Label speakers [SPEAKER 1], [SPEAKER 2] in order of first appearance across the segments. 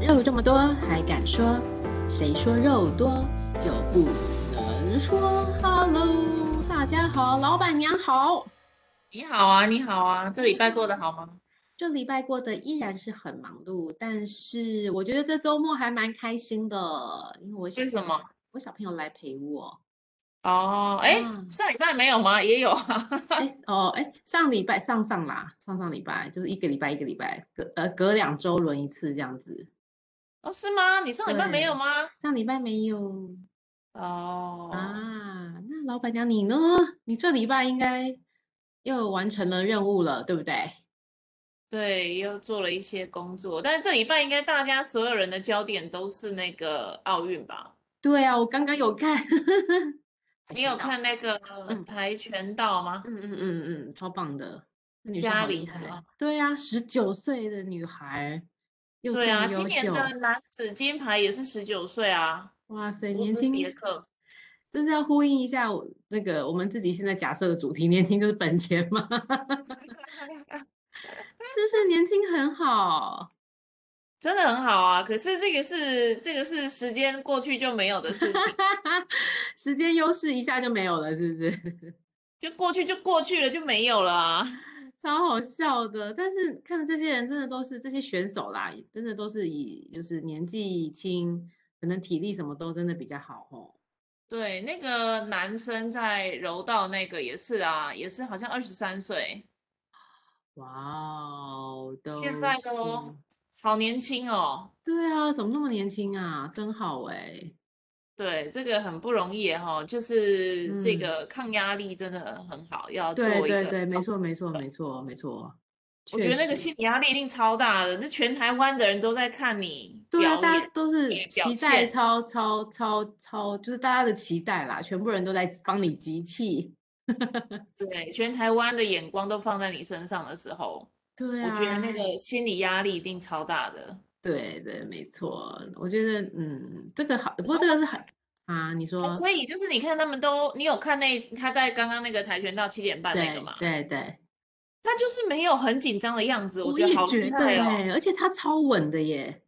[SPEAKER 1] 肉这么多还敢说？谁说肉多就不能说？Hello，大家好，老板娘好。
[SPEAKER 2] 你好啊，你好啊，这礼拜过得好吗？
[SPEAKER 1] 这礼拜过得依然是很忙碌，但是我觉得这周末还蛮开心的，因为我小
[SPEAKER 2] 为什么？
[SPEAKER 1] 我小朋友来陪 我。
[SPEAKER 2] 哦，哎，
[SPEAKER 1] 啊，
[SPEAKER 2] 上礼拜没有吗？也有啊。
[SPEAKER 1] 哎哦哎，上礼拜上上啦，上上礼拜就是一个礼拜一个礼拜，隔呃隔两周轮一次这样子。
[SPEAKER 2] 哦，是吗？你上礼拜没有
[SPEAKER 1] 对，
[SPEAKER 2] 吗？
[SPEAKER 1] 上礼拜没有
[SPEAKER 2] 哦，
[SPEAKER 1] 啊。那老板娘你呢？你这礼拜应该又完成了任务了，对不对？
[SPEAKER 2] 对，又做了一些工作，但是这礼拜应该大家所有人的焦点都是那个奥运吧？
[SPEAKER 1] 对啊，我刚刚有看， 跆
[SPEAKER 2] 你
[SPEAKER 1] 拳道，
[SPEAKER 2] 有看那个
[SPEAKER 1] 嗯
[SPEAKER 2] 跆拳道吗？
[SPEAKER 1] 嗯嗯嗯嗯，超棒的，那女生
[SPEAKER 2] 嘉
[SPEAKER 1] 好厉
[SPEAKER 2] 玲啊，
[SPEAKER 1] 害。对啊，十九岁的女孩又
[SPEAKER 2] 对
[SPEAKER 1] 这么
[SPEAKER 2] 啊，今
[SPEAKER 1] 嗯优
[SPEAKER 2] 年的
[SPEAKER 1] 秀，
[SPEAKER 2] 男子金牌也是十九岁啊，
[SPEAKER 1] 哇塞，
[SPEAKER 2] 乌
[SPEAKER 1] 年
[SPEAKER 2] 兹别
[SPEAKER 1] 轻。
[SPEAKER 2] 克。
[SPEAKER 1] 这是要呼应一下我那个我们自己现在假设的主题，年轻就是本钱嘛， 是不是年轻很好？
[SPEAKER 2] 真的很好啊，可是这个是这个是时间过去就没有的事情，
[SPEAKER 1] 时间优势一下就没有了，是不是？
[SPEAKER 2] 就过去就过去了，就没有了啊。
[SPEAKER 1] 超好笑的。但是看着这些人，真的都是这些选手啦，真的都是以就是年纪轻，可能体力什么都真的比较好哦。
[SPEAKER 2] 对，那个男生在柔道那个也是啊，也是好像二十三岁，
[SPEAKER 1] 哇哦，
[SPEAKER 2] 现
[SPEAKER 1] 都
[SPEAKER 2] 在哦
[SPEAKER 1] 是
[SPEAKER 2] 都好年轻哦。
[SPEAKER 1] 对啊，怎么那么年轻啊？真好哎、
[SPEAKER 2] 对，这个很不容易哈、哦，就是这
[SPEAKER 1] 嗯。
[SPEAKER 2] 个抗压力真的很好，要
[SPEAKER 1] 对
[SPEAKER 2] 做一
[SPEAKER 1] 对
[SPEAKER 2] 个
[SPEAKER 1] 对，没
[SPEAKER 2] 好
[SPEAKER 1] 错没错
[SPEAKER 2] 的。
[SPEAKER 1] 没错没错，
[SPEAKER 2] 我觉
[SPEAKER 1] 确
[SPEAKER 2] 得那个
[SPEAKER 1] 实，
[SPEAKER 2] 心理压力一定超大的，那全台湾的人都在看你
[SPEAKER 1] 对啊，
[SPEAKER 2] 表
[SPEAKER 1] 大家
[SPEAKER 2] 演、
[SPEAKER 1] 都是
[SPEAKER 2] 你表
[SPEAKER 1] 期待
[SPEAKER 2] 现。
[SPEAKER 1] 超超超超，就是大家的期待啦，全部人都在帮你集气。
[SPEAKER 2] 对，全台湾的眼光都放在你身上的时候，
[SPEAKER 1] 对
[SPEAKER 2] 我觉得那
[SPEAKER 1] 啊，
[SPEAKER 2] 个心理压力一定超大的。
[SPEAKER 1] 对对，没错，我觉得嗯，这个好，不过
[SPEAKER 2] 哦，
[SPEAKER 1] 这个是 很啊，你
[SPEAKER 2] 哦
[SPEAKER 1] 说
[SPEAKER 2] 所以就是你看他们都，你有看那他在刚刚那个跆拳道七点半那个
[SPEAKER 1] 对
[SPEAKER 2] 吗？
[SPEAKER 1] 对对，
[SPEAKER 2] 他就是没有很紧张的样子，我
[SPEAKER 1] 我
[SPEAKER 2] 觉得
[SPEAKER 1] 也
[SPEAKER 2] 好
[SPEAKER 1] 觉
[SPEAKER 2] 厉
[SPEAKER 1] 得
[SPEAKER 2] 害哦。
[SPEAKER 1] 哎、而且他超稳的耶，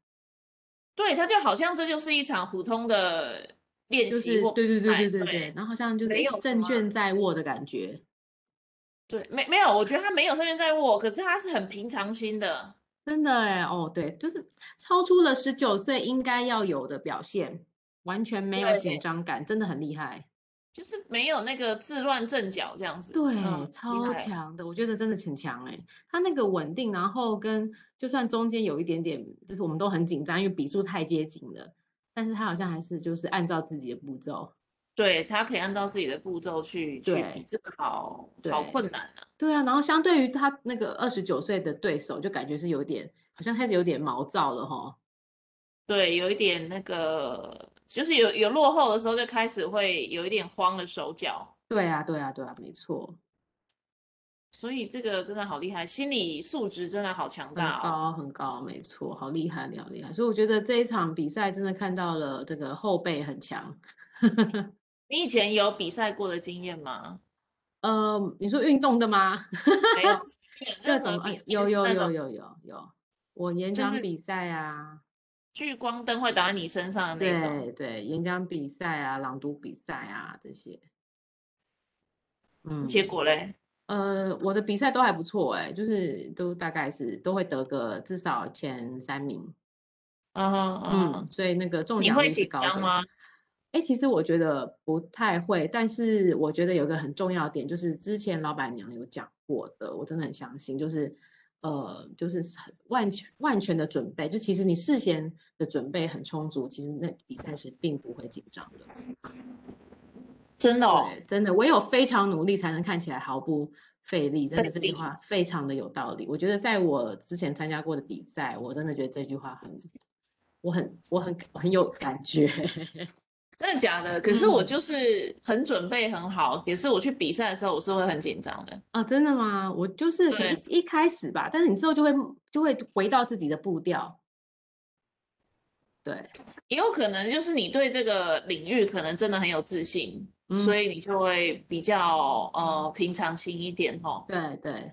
[SPEAKER 2] 对，他就好像这就是一场普通的练
[SPEAKER 1] 就
[SPEAKER 2] 习
[SPEAKER 1] 是
[SPEAKER 2] 或比
[SPEAKER 1] 对对对对对
[SPEAKER 2] 赛，
[SPEAKER 1] 对，
[SPEAKER 2] 对，
[SPEAKER 1] 然后好像就是
[SPEAKER 2] 没
[SPEAKER 1] 一直
[SPEAKER 2] 有什
[SPEAKER 1] 胜
[SPEAKER 2] 么，
[SPEAKER 1] 券在握的感觉。
[SPEAKER 2] 对，没没有，我觉得他没有胜券在握，可是他是很平常心的。
[SPEAKER 1] 真的哎，哦，对，就是超出了十九岁应该要有的表现，完全没有紧
[SPEAKER 2] 对，
[SPEAKER 1] 张感，真的很厉害。
[SPEAKER 2] 就是没有那个自乱阵脚这样子，
[SPEAKER 1] 对，
[SPEAKER 2] 嗯，厉
[SPEAKER 1] 超
[SPEAKER 2] 害。
[SPEAKER 1] 强的，我觉得真的很强哎。他那个稳定，然后跟就算中间有一点点，就是我们都很紧张，因为比数太接近了，但是他好像还是就是按照自己的步骤。
[SPEAKER 2] 对，他可以按照自己的步骤去去比，
[SPEAKER 1] 对
[SPEAKER 2] 这个好好
[SPEAKER 1] 对
[SPEAKER 2] 困难啊。
[SPEAKER 1] 对啊，然后相对于他那个二十九岁的对手，就感觉是有点好像开始有点毛躁了哈。
[SPEAKER 2] 对，有一点那个，就是有有落后的时候，就开始会有一点慌了手脚。
[SPEAKER 1] 对啊，对啊，对啊，没错。
[SPEAKER 2] 所以这个真的好厉害，心理素质真的好强
[SPEAKER 1] 很
[SPEAKER 2] 大哦。
[SPEAKER 1] 高很高，没错，好厉害，你好厉害。所以我觉得这一场比赛真的看到了这个后辈很强。
[SPEAKER 2] 你以前有比赛过的经验 吗？
[SPEAKER 1] 呃，你说运动的吗？
[SPEAKER 2] 没有，没有
[SPEAKER 1] 各
[SPEAKER 2] 任何
[SPEAKER 1] 种
[SPEAKER 2] 比
[SPEAKER 1] 啊，
[SPEAKER 2] 赛就
[SPEAKER 1] 有
[SPEAKER 2] 是
[SPEAKER 1] 有
[SPEAKER 2] 那
[SPEAKER 1] 有
[SPEAKER 2] 种，
[SPEAKER 1] 有有有，我演
[SPEAKER 2] 就
[SPEAKER 1] 讲
[SPEAKER 2] 是
[SPEAKER 1] 比赛啊，
[SPEAKER 2] 聚光灯会打在你身上的那种。
[SPEAKER 1] 对对，演讲比赛啊，朗读比赛啊这些，
[SPEAKER 2] 结
[SPEAKER 1] 嗯。
[SPEAKER 2] 果嘞，
[SPEAKER 1] 呃，我的比赛都还不错哎、就是都大概是都会得个至少前三名，
[SPEAKER 2] 嗯哼嗯
[SPEAKER 1] 嗯，
[SPEAKER 2] 哼，
[SPEAKER 1] 所以那个中
[SPEAKER 2] 你
[SPEAKER 1] 奖
[SPEAKER 2] 会
[SPEAKER 1] 率是
[SPEAKER 2] 紧
[SPEAKER 1] 高
[SPEAKER 2] 张
[SPEAKER 1] 的。
[SPEAKER 2] 吗？
[SPEAKER 1] 哎，其实我觉得不太会，但是我觉得有个很重要的点，就是之前老板娘有讲过的，我真的很相信，就是呃，就是很万全万全的准备，就其实你事先的准备很充足，其实那比赛时并不会紧张的。
[SPEAKER 2] 真的哦，
[SPEAKER 1] 对，真的，唯有非常努力才能看起来毫不费力，真
[SPEAKER 2] 费
[SPEAKER 1] 的这句
[SPEAKER 2] 力。
[SPEAKER 1] 话非常的有道理。我觉得在我之前参加过的比赛，我真的觉得这句话很，我很我很很有感觉。
[SPEAKER 2] 真的假的？可是我
[SPEAKER 1] 嗯。
[SPEAKER 2] 就是很准备很好，也是我去比赛的时候，我是会很紧张的。
[SPEAKER 1] 啊，真的吗？我就是可能
[SPEAKER 2] 对，
[SPEAKER 1] 一一开始吧，但是你之后就会就会回到自己的步调，对，
[SPEAKER 2] 也有可能就是你对这个领域可能真的很有自信，所
[SPEAKER 1] 嗯，
[SPEAKER 2] 以你就会比较呃平常心一点哦。
[SPEAKER 1] 对对，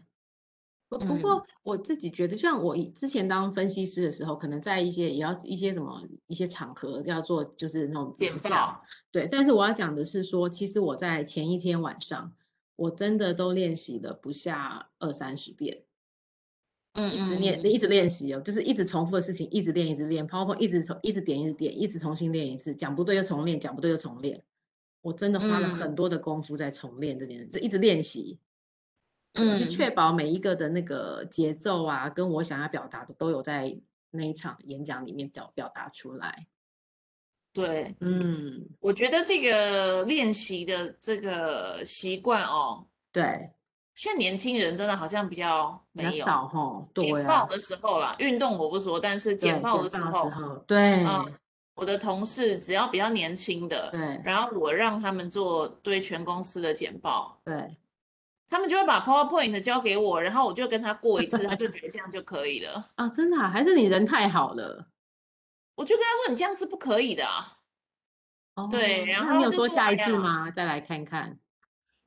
[SPEAKER 1] 不不
[SPEAKER 2] 嗯
[SPEAKER 1] 过我自己觉得，像我以之前当分析师的时候，可能在一些也要一些什么一些场合要做，就是那种
[SPEAKER 2] 简
[SPEAKER 1] 比较
[SPEAKER 2] 报，
[SPEAKER 1] 对，但是我要讲的是说，其实我在前一天晚上，我真的都练习了不下二三十遍，
[SPEAKER 2] 嗯，
[SPEAKER 1] 一直
[SPEAKER 2] 嗯
[SPEAKER 1] 练，
[SPEAKER 2] 嗯
[SPEAKER 1] 一直练习哦，就是一直重复的事情，一直练，一直练，PowerPoint 一直重，一直点，一直点，一直重新练一次，讲不对就重练，讲不对就重练。我真的花了很多的功夫在重练这件事，就一直练习，
[SPEAKER 2] 嗯，
[SPEAKER 1] 去确保每一个的那个节奏啊，跟我想要表达的都有在那一场演讲里面表表达出来。
[SPEAKER 2] 对，
[SPEAKER 1] 嗯，
[SPEAKER 2] 我觉得这个练习的这个习惯哦，
[SPEAKER 1] 对，
[SPEAKER 2] 现在年轻人真的好像比较
[SPEAKER 1] 比
[SPEAKER 2] 没
[SPEAKER 1] 较
[SPEAKER 2] 有。
[SPEAKER 1] 少吼，对
[SPEAKER 2] 简报
[SPEAKER 1] 啊，
[SPEAKER 2] 的时候啦，运动我不说，但是
[SPEAKER 1] 对，
[SPEAKER 2] 简报的时
[SPEAKER 1] 时
[SPEAKER 2] 候，嗯
[SPEAKER 1] 候，对
[SPEAKER 2] 我的同事只要比较年轻的，
[SPEAKER 1] 对
[SPEAKER 2] 然后我让他们做对全公司的简报，
[SPEAKER 1] 对，
[SPEAKER 2] 他们就会把 PowerPoint 交给我，然后我就跟他过一次，他就觉得这样就可以了。
[SPEAKER 1] 啊，真的啊还是你人太好了。
[SPEAKER 2] 我就跟他说：“你这样是不可以的啊。”
[SPEAKER 1] 哦，
[SPEAKER 2] 对然
[SPEAKER 1] 那你
[SPEAKER 2] 后
[SPEAKER 1] 有
[SPEAKER 2] 就
[SPEAKER 1] 说
[SPEAKER 2] 是
[SPEAKER 1] 下
[SPEAKER 2] 哎
[SPEAKER 1] 一次
[SPEAKER 2] 呀
[SPEAKER 1] 吗？再来看看。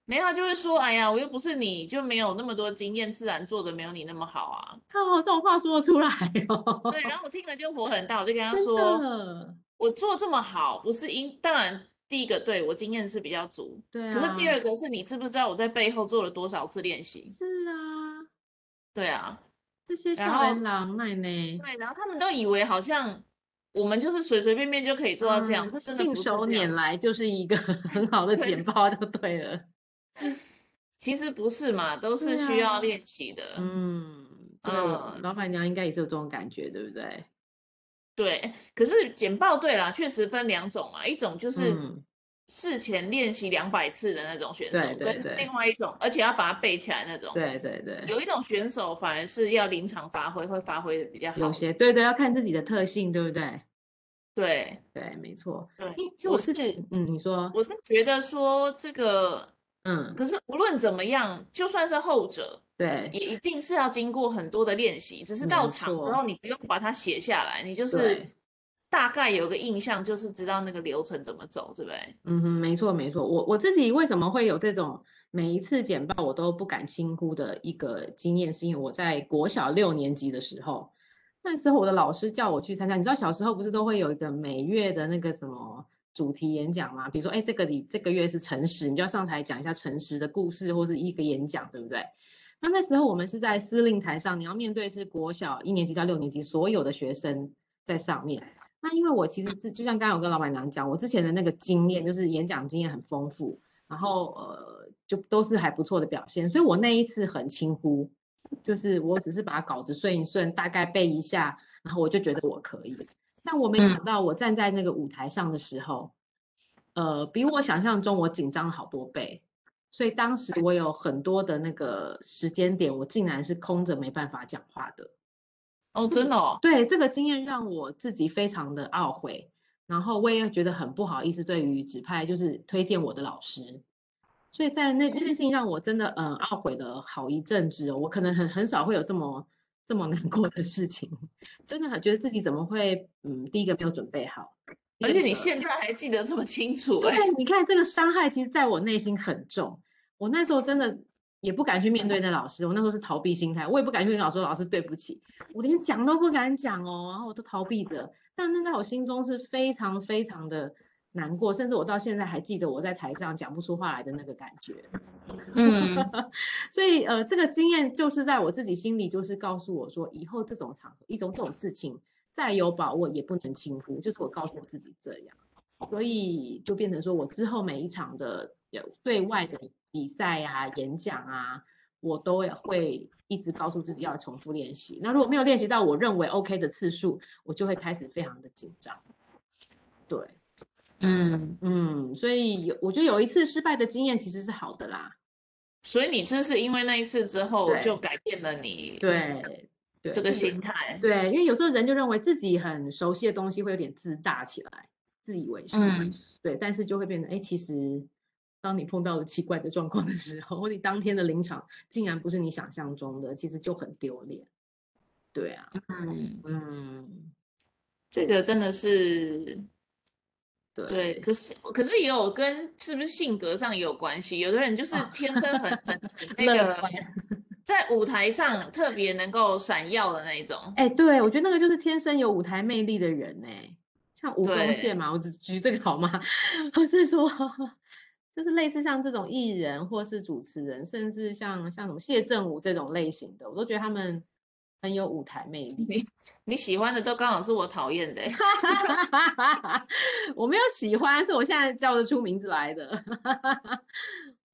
[SPEAKER 2] 没有，他就会说：“哎呀，我又不是你，就没有那么多经验，自然做的没有你那么好啊。”
[SPEAKER 1] 靠，这种话说得出来哦，
[SPEAKER 2] 对，然后我听了就火很大，我就跟他
[SPEAKER 1] 真
[SPEAKER 2] 说，
[SPEAKER 1] 的，
[SPEAKER 2] 我做这么好，不是因，当然第一个对我经验是比较足，
[SPEAKER 1] 对
[SPEAKER 2] 可是第
[SPEAKER 1] 啊
[SPEAKER 2] 二个是你知不知道我在背后做了多少次练习？
[SPEAKER 1] 是啊，
[SPEAKER 2] 对啊，
[SPEAKER 1] 这些
[SPEAKER 2] 然
[SPEAKER 1] 校园
[SPEAKER 2] 后
[SPEAKER 1] 狼奶呢，
[SPEAKER 2] 对，然后他们都以为好像我们就是随随便便就可以做到这样，
[SPEAKER 1] 嗯
[SPEAKER 2] 这真的
[SPEAKER 1] 信
[SPEAKER 2] 不是
[SPEAKER 1] 手
[SPEAKER 2] 这
[SPEAKER 1] 拈
[SPEAKER 2] 样，啊
[SPEAKER 1] 来就是一个 很好的
[SPEAKER 2] 对
[SPEAKER 1] 简报就对了，
[SPEAKER 2] 其实不是嘛，都是
[SPEAKER 1] 对
[SPEAKER 2] 需要
[SPEAKER 1] 啊
[SPEAKER 2] 练习的。
[SPEAKER 1] 嗯，对，我
[SPEAKER 2] 嗯
[SPEAKER 1] 老板娘应该也是有这种感觉，对不对？
[SPEAKER 2] 对，可是简报对啦，确实分两种嘛，一种就是
[SPEAKER 1] 嗯，
[SPEAKER 2] 事前练习两百次的那种选
[SPEAKER 1] 对
[SPEAKER 2] 手，
[SPEAKER 1] 对
[SPEAKER 2] 跟
[SPEAKER 1] 对
[SPEAKER 2] 另外一种，而且要把它背起来那种。
[SPEAKER 1] 对对对，
[SPEAKER 2] 有一种选手反而是要临场发挥，会发挥的比较
[SPEAKER 1] 有
[SPEAKER 2] 好。
[SPEAKER 1] 些对对要看自己的特性，对不对？
[SPEAKER 2] 对
[SPEAKER 1] 对，没错，
[SPEAKER 2] 对，
[SPEAKER 1] 因因为
[SPEAKER 2] 我
[SPEAKER 1] 我是
[SPEAKER 2] 是
[SPEAKER 1] 嗯，你说，
[SPEAKER 2] 我是觉得说这个，
[SPEAKER 1] 嗯，
[SPEAKER 2] 可是无论怎么样，就算是后者，
[SPEAKER 1] 对，
[SPEAKER 2] 也一定是要经过很多的练习。只是到
[SPEAKER 1] 没
[SPEAKER 2] 场之
[SPEAKER 1] 错
[SPEAKER 2] 后，你不用把它写下来，你就是
[SPEAKER 1] 对。
[SPEAKER 2] 大概有个印象，就是知道那个流程怎么走，对不对？
[SPEAKER 1] 嗯哼，没错没错，我我自己为什么会有这种每一次简报我都不敢轻忽的一个经验，是因为我在国小六年级的时候，那时候我的老师叫我去参加，你知道小时候不是都会有一个每月的那个什么主题演讲吗？比如说，哎，这个里这个月是诚实，你就要上台讲一下诚实的故事或是一个演讲，对不对？那那时候我们是在司令台上，你要面对是国小一年级到六年级所有的学生在上面。那因为我其实自就像刚刚有跟老板娘讲，我之前的那个经验就是演讲经验很丰富，然后呃就都是还不错的表现，所以我那一次很轻忽，就是我只是把稿子顺一顺，大概背一下，然后我就觉得我可以。但我没想到我站在那个舞台上的时候，呃，比我想象中我紧张了好多倍，所以当时我有很多的那个时间点，我竟然是空着没办法讲话的。
[SPEAKER 2] 哦，真 的哦，
[SPEAKER 1] 对，这个经验让我自己非常的懊悔，然后我也觉得很不好意思，对于指派就是推荐我的老师，所以在那那件事情让我真的嗯懊悔了好一阵子哦，我可能很很少会有这么这么难过的事情， 真的很觉得自己怎么会嗯第一个没有准备好，第
[SPEAKER 2] 而且
[SPEAKER 1] 二
[SPEAKER 2] 你
[SPEAKER 1] 个
[SPEAKER 2] 现在还记得这么清楚 哎、
[SPEAKER 1] 对，你看这个伤害，其实在我内心很重。我那时候真的也不敢去面对那老师，我那时候是逃避心态，我也不敢去跟老师说老师对不起，我连讲都不敢讲哦，然后我都逃避着。但那在我心中是非常非常的难过，甚至我到现在还记得我在台上讲不出话来的那个感觉。
[SPEAKER 2] 嗯，
[SPEAKER 1] 所以呃，这个经验就是在我自己心里，就是告诉我说，以后这种场合，一种这种事情，再有把握也不能轻忽，就是我告诉我自己这样，所以就变成说我之后每一场的呃对外的比赛啊、演讲啊，我都也会一直告诉自己要重复练习。那如果没有练习到我认为 OK 的次数，我就会开始非常的紧张。对，
[SPEAKER 2] 嗯，
[SPEAKER 1] 嗯，所以有我觉得有一次失败的经验其实是好的啦。
[SPEAKER 2] 所以你这是因为那一次之后
[SPEAKER 1] 对
[SPEAKER 2] 就改变了你
[SPEAKER 1] 对，对，
[SPEAKER 2] 这个
[SPEAKER 1] 因为
[SPEAKER 2] 心态。
[SPEAKER 1] 对，因为有时候人就认为自己很熟悉的东西会有点自大起来，自以为是。
[SPEAKER 2] 嗯
[SPEAKER 1] 对，但是就会变成，哎，其实当你碰到了奇怪的状况的时候，或者你当天的临场竟然不是你想象中的，其实就很丢脸。对啊，
[SPEAKER 2] 嗯，
[SPEAKER 1] 嗯，
[SPEAKER 2] 这个真的是
[SPEAKER 1] 对，
[SPEAKER 2] 对，可是可是也有 跟是不是性格上也有关系，有的人就是天生很很很那
[SPEAKER 1] 乐
[SPEAKER 2] 个
[SPEAKER 1] 观
[SPEAKER 2] 在舞台上特别能够闪耀的那一种。
[SPEAKER 1] 哎、对我觉得那个就是天生有舞台魅力的人哎、像吴宗宪嘛，我只举这个好吗？ 我是说，就是类似像这种艺人或是主持人，甚至像像什么谢振武这种类型的，我都觉得他们很有舞台魅力。
[SPEAKER 2] 你喜欢的都刚好是我讨厌的欸、
[SPEAKER 1] 我没有喜欢，是我现在叫得出名字来的。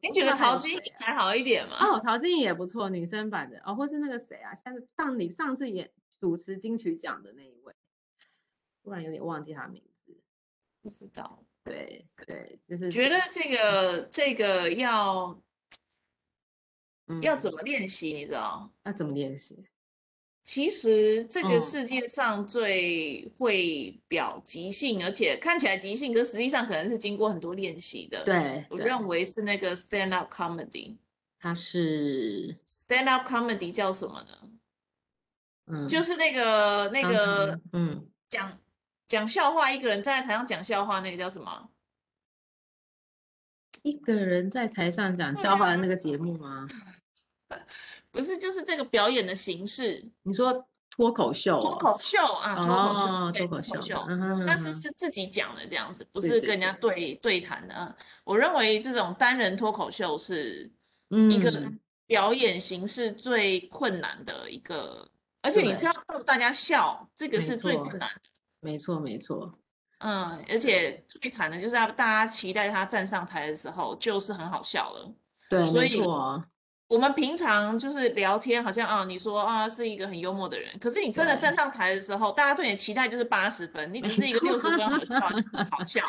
[SPEAKER 2] 你
[SPEAKER 1] 不
[SPEAKER 2] 觉
[SPEAKER 1] 知
[SPEAKER 2] 得
[SPEAKER 1] 道还有
[SPEAKER 2] 陶晶
[SPEAKER 1] 谁
[SPEAKER 2] 莹还好一点吗？
[SPEAKER 1] 哦，陶晶莹也不错，女生版的哦，或是那个谁啊，像是上你上次演主持金曲奖的那一位，突然有点忘记他名字。
[SPEAKER 2] 不知道，
[SPEAKER 1] 对对，就是
[SPEAKER 2] 觉得这个这个要要怎
[SPEAKER 1] 么
[SPEAKER 2] 么练习，你知道？
[SPEAKER 1] 嗯要怎么练习？
[SPEAKER 2] 其实这个
[SPEAKER 1] 嗯
[SPEAKER 2] 世界上最会表即兴，而且看起来即兴，可实际上可能是经过很多练习的。，
[SPEAKER 1] 对，
[SPEAKER 2] 我
[SPEAKER 1] 对
[SPEAKER 2] 认为是那个 stand up comedy。
[SPEAKER 1] 他是
[SPEAKER 2] stand up comedy 叫什么呢？
[SPEAKER 1] 嗯，
[SPEAKER 2] 就是那个那
[SPEAKER 1] 当
[SPEAKER 2] 个
[SPEAKER 1] 时嗯，
[SPEAKER 2] 讲讲笑话，一个人站在台上讲笑话，那个叫什么？
[SPEAKER 1] 一个人在台上讲
[SPEAKER 2] 对
[SPEAKER 1] 笑话的
[SPEAKER 2] 啊
[SPEAKER 1] 那个节目吗？
[SPEAKER 2] 不是，就是这个表演的形式，
[SPEAKER 1] 你说脱口秀
[SPEAKER 2] 脱
[SPEAKER 1] 哦？
[SPEAKER 2] 口秀啊，脱口秀，
[SPEAKER 1] 哦，
[SPEAKER 2] 对
[SPEAKER 1] 脱口秀，
[SPEAKER 2] 秀。
[SPEAKER 1] 嗯哼
[SPEAKER 2] 但
[SPEAKER 1] 嗯
[SPEAKER 2] 是
[SPEAKER 1] 哼
[SPEAKER 2] 是自己讲的这样子，不
[SPEAKER 1] 对
[SPEAKER 2] 是
[SPEAKER 1] 对
[SPEAKER 2] 跟人家
[SPEAKER 1] 对
[SPEAKER 2] 对对谈的啊。我认为这种单人脱口秀是一个
[SPEAKER 1] 嗯，
[SPEAKER 2] 表演形式最困难的一个，而且你是
[SPEAKER 1] 对
[SPEAKER 2] 要逗大家笑，这个
[SPEAKER 1] 没
[SPEAKER 2] 是最
[SPEAKER 1] 错
[SPEAKER 2] 困难的。
[SPEAKER 1] 没错没错，
[SPEAKER 2] 嗯，而且最惨的就是要大家期待他站上台的时候，就是很好笑了。
[SPEAKER 1] 对，
[SPEAKER 2] 所
[SPEAKER 1] 没
[SPEAKER 2] 以
[SPEAKER 1] 错，
[SPEAKER 2] 我们平常就是聊天，好像啊，你说啊是一个很幽默的人，可是你真的站上台的时候，大家对你的期待就是八十分，你只是一个六十分好笑，就 不好笑。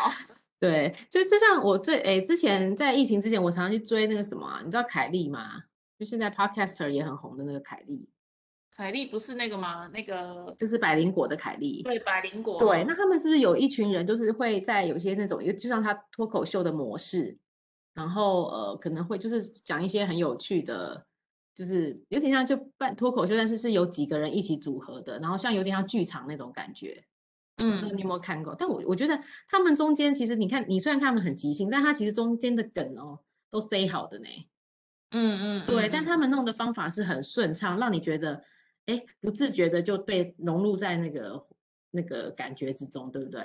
[SPEAKER 1] 对，就就像我最诶，之前在疫情之前，我常常去追那个什么啊，你知道凯莉吗？就现在 podcaster 也很红的那个凯莉，
[SPEAKER 2] 凯莉不是那个吗？那个
[SPEAKER 1] 就是百灵果的凯莉。
[SPEAKER 2] 对百灵果
[SPEAKER 1] 对，
[SPEAKER 2] 吗
[SPEAKER 1] 那他们是不是有一群人，就是会在有些那种，就像他脱口秀的模式，然后呃，可能会就是讲一些很有趣的，就是有点像就办脱口秀，但是是有几个人一起组合的，然后像有点像剧场那种感觉。不知道
[SPEAKER 2] 嗯
[SPEAKER 1] 你有没有看过？但我我觉得他们中间其实你看，你虽然看他们很即兴，但他其实中间的梗哦都塞好的呢。
[SPEAKER 2] 嗯嗯，
[SPEAKER 1] 对，但
[SPEAKER 2] 嗯
[SPEAKER 1] 他们弄的方法是很顺畅，让你觉得哎不自觉的就被融入在那个那个感觉之中，对不对？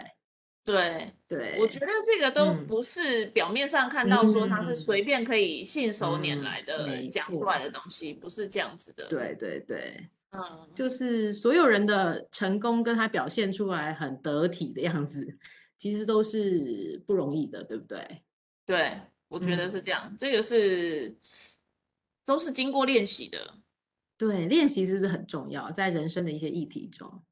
[SPEAKER 2] 对，
[SPEAKER 1] 对，
[SPEAKER 2] 我觉得这个都
[SPEAKER 1] 嗯
[SPEAKER 2] 不是表面上看到说他是随便可以信手拈
[SPEAKER 1] 嗯
[SPEAKER 2] 来的
[SPEAKER 1] 没
[SPEAKER 2] 讲出来的东西，不是这样子的。，
[SPEAKER 1] 对对对，
[SPEAKER 2] 嗯，
[SPEAKER 1] 就是所有人的成功跟他表现出来很得体的样子，其实都是不容易的，对不对？
[SPEAKER 2] 对，我觉得
[SPEAKER 1] 嗯
[SPEAKER 2] 是这样，这个是都是经过练习的。
[SPEAKER 1] 对，练习是不是很重要，在人生的一些议题中？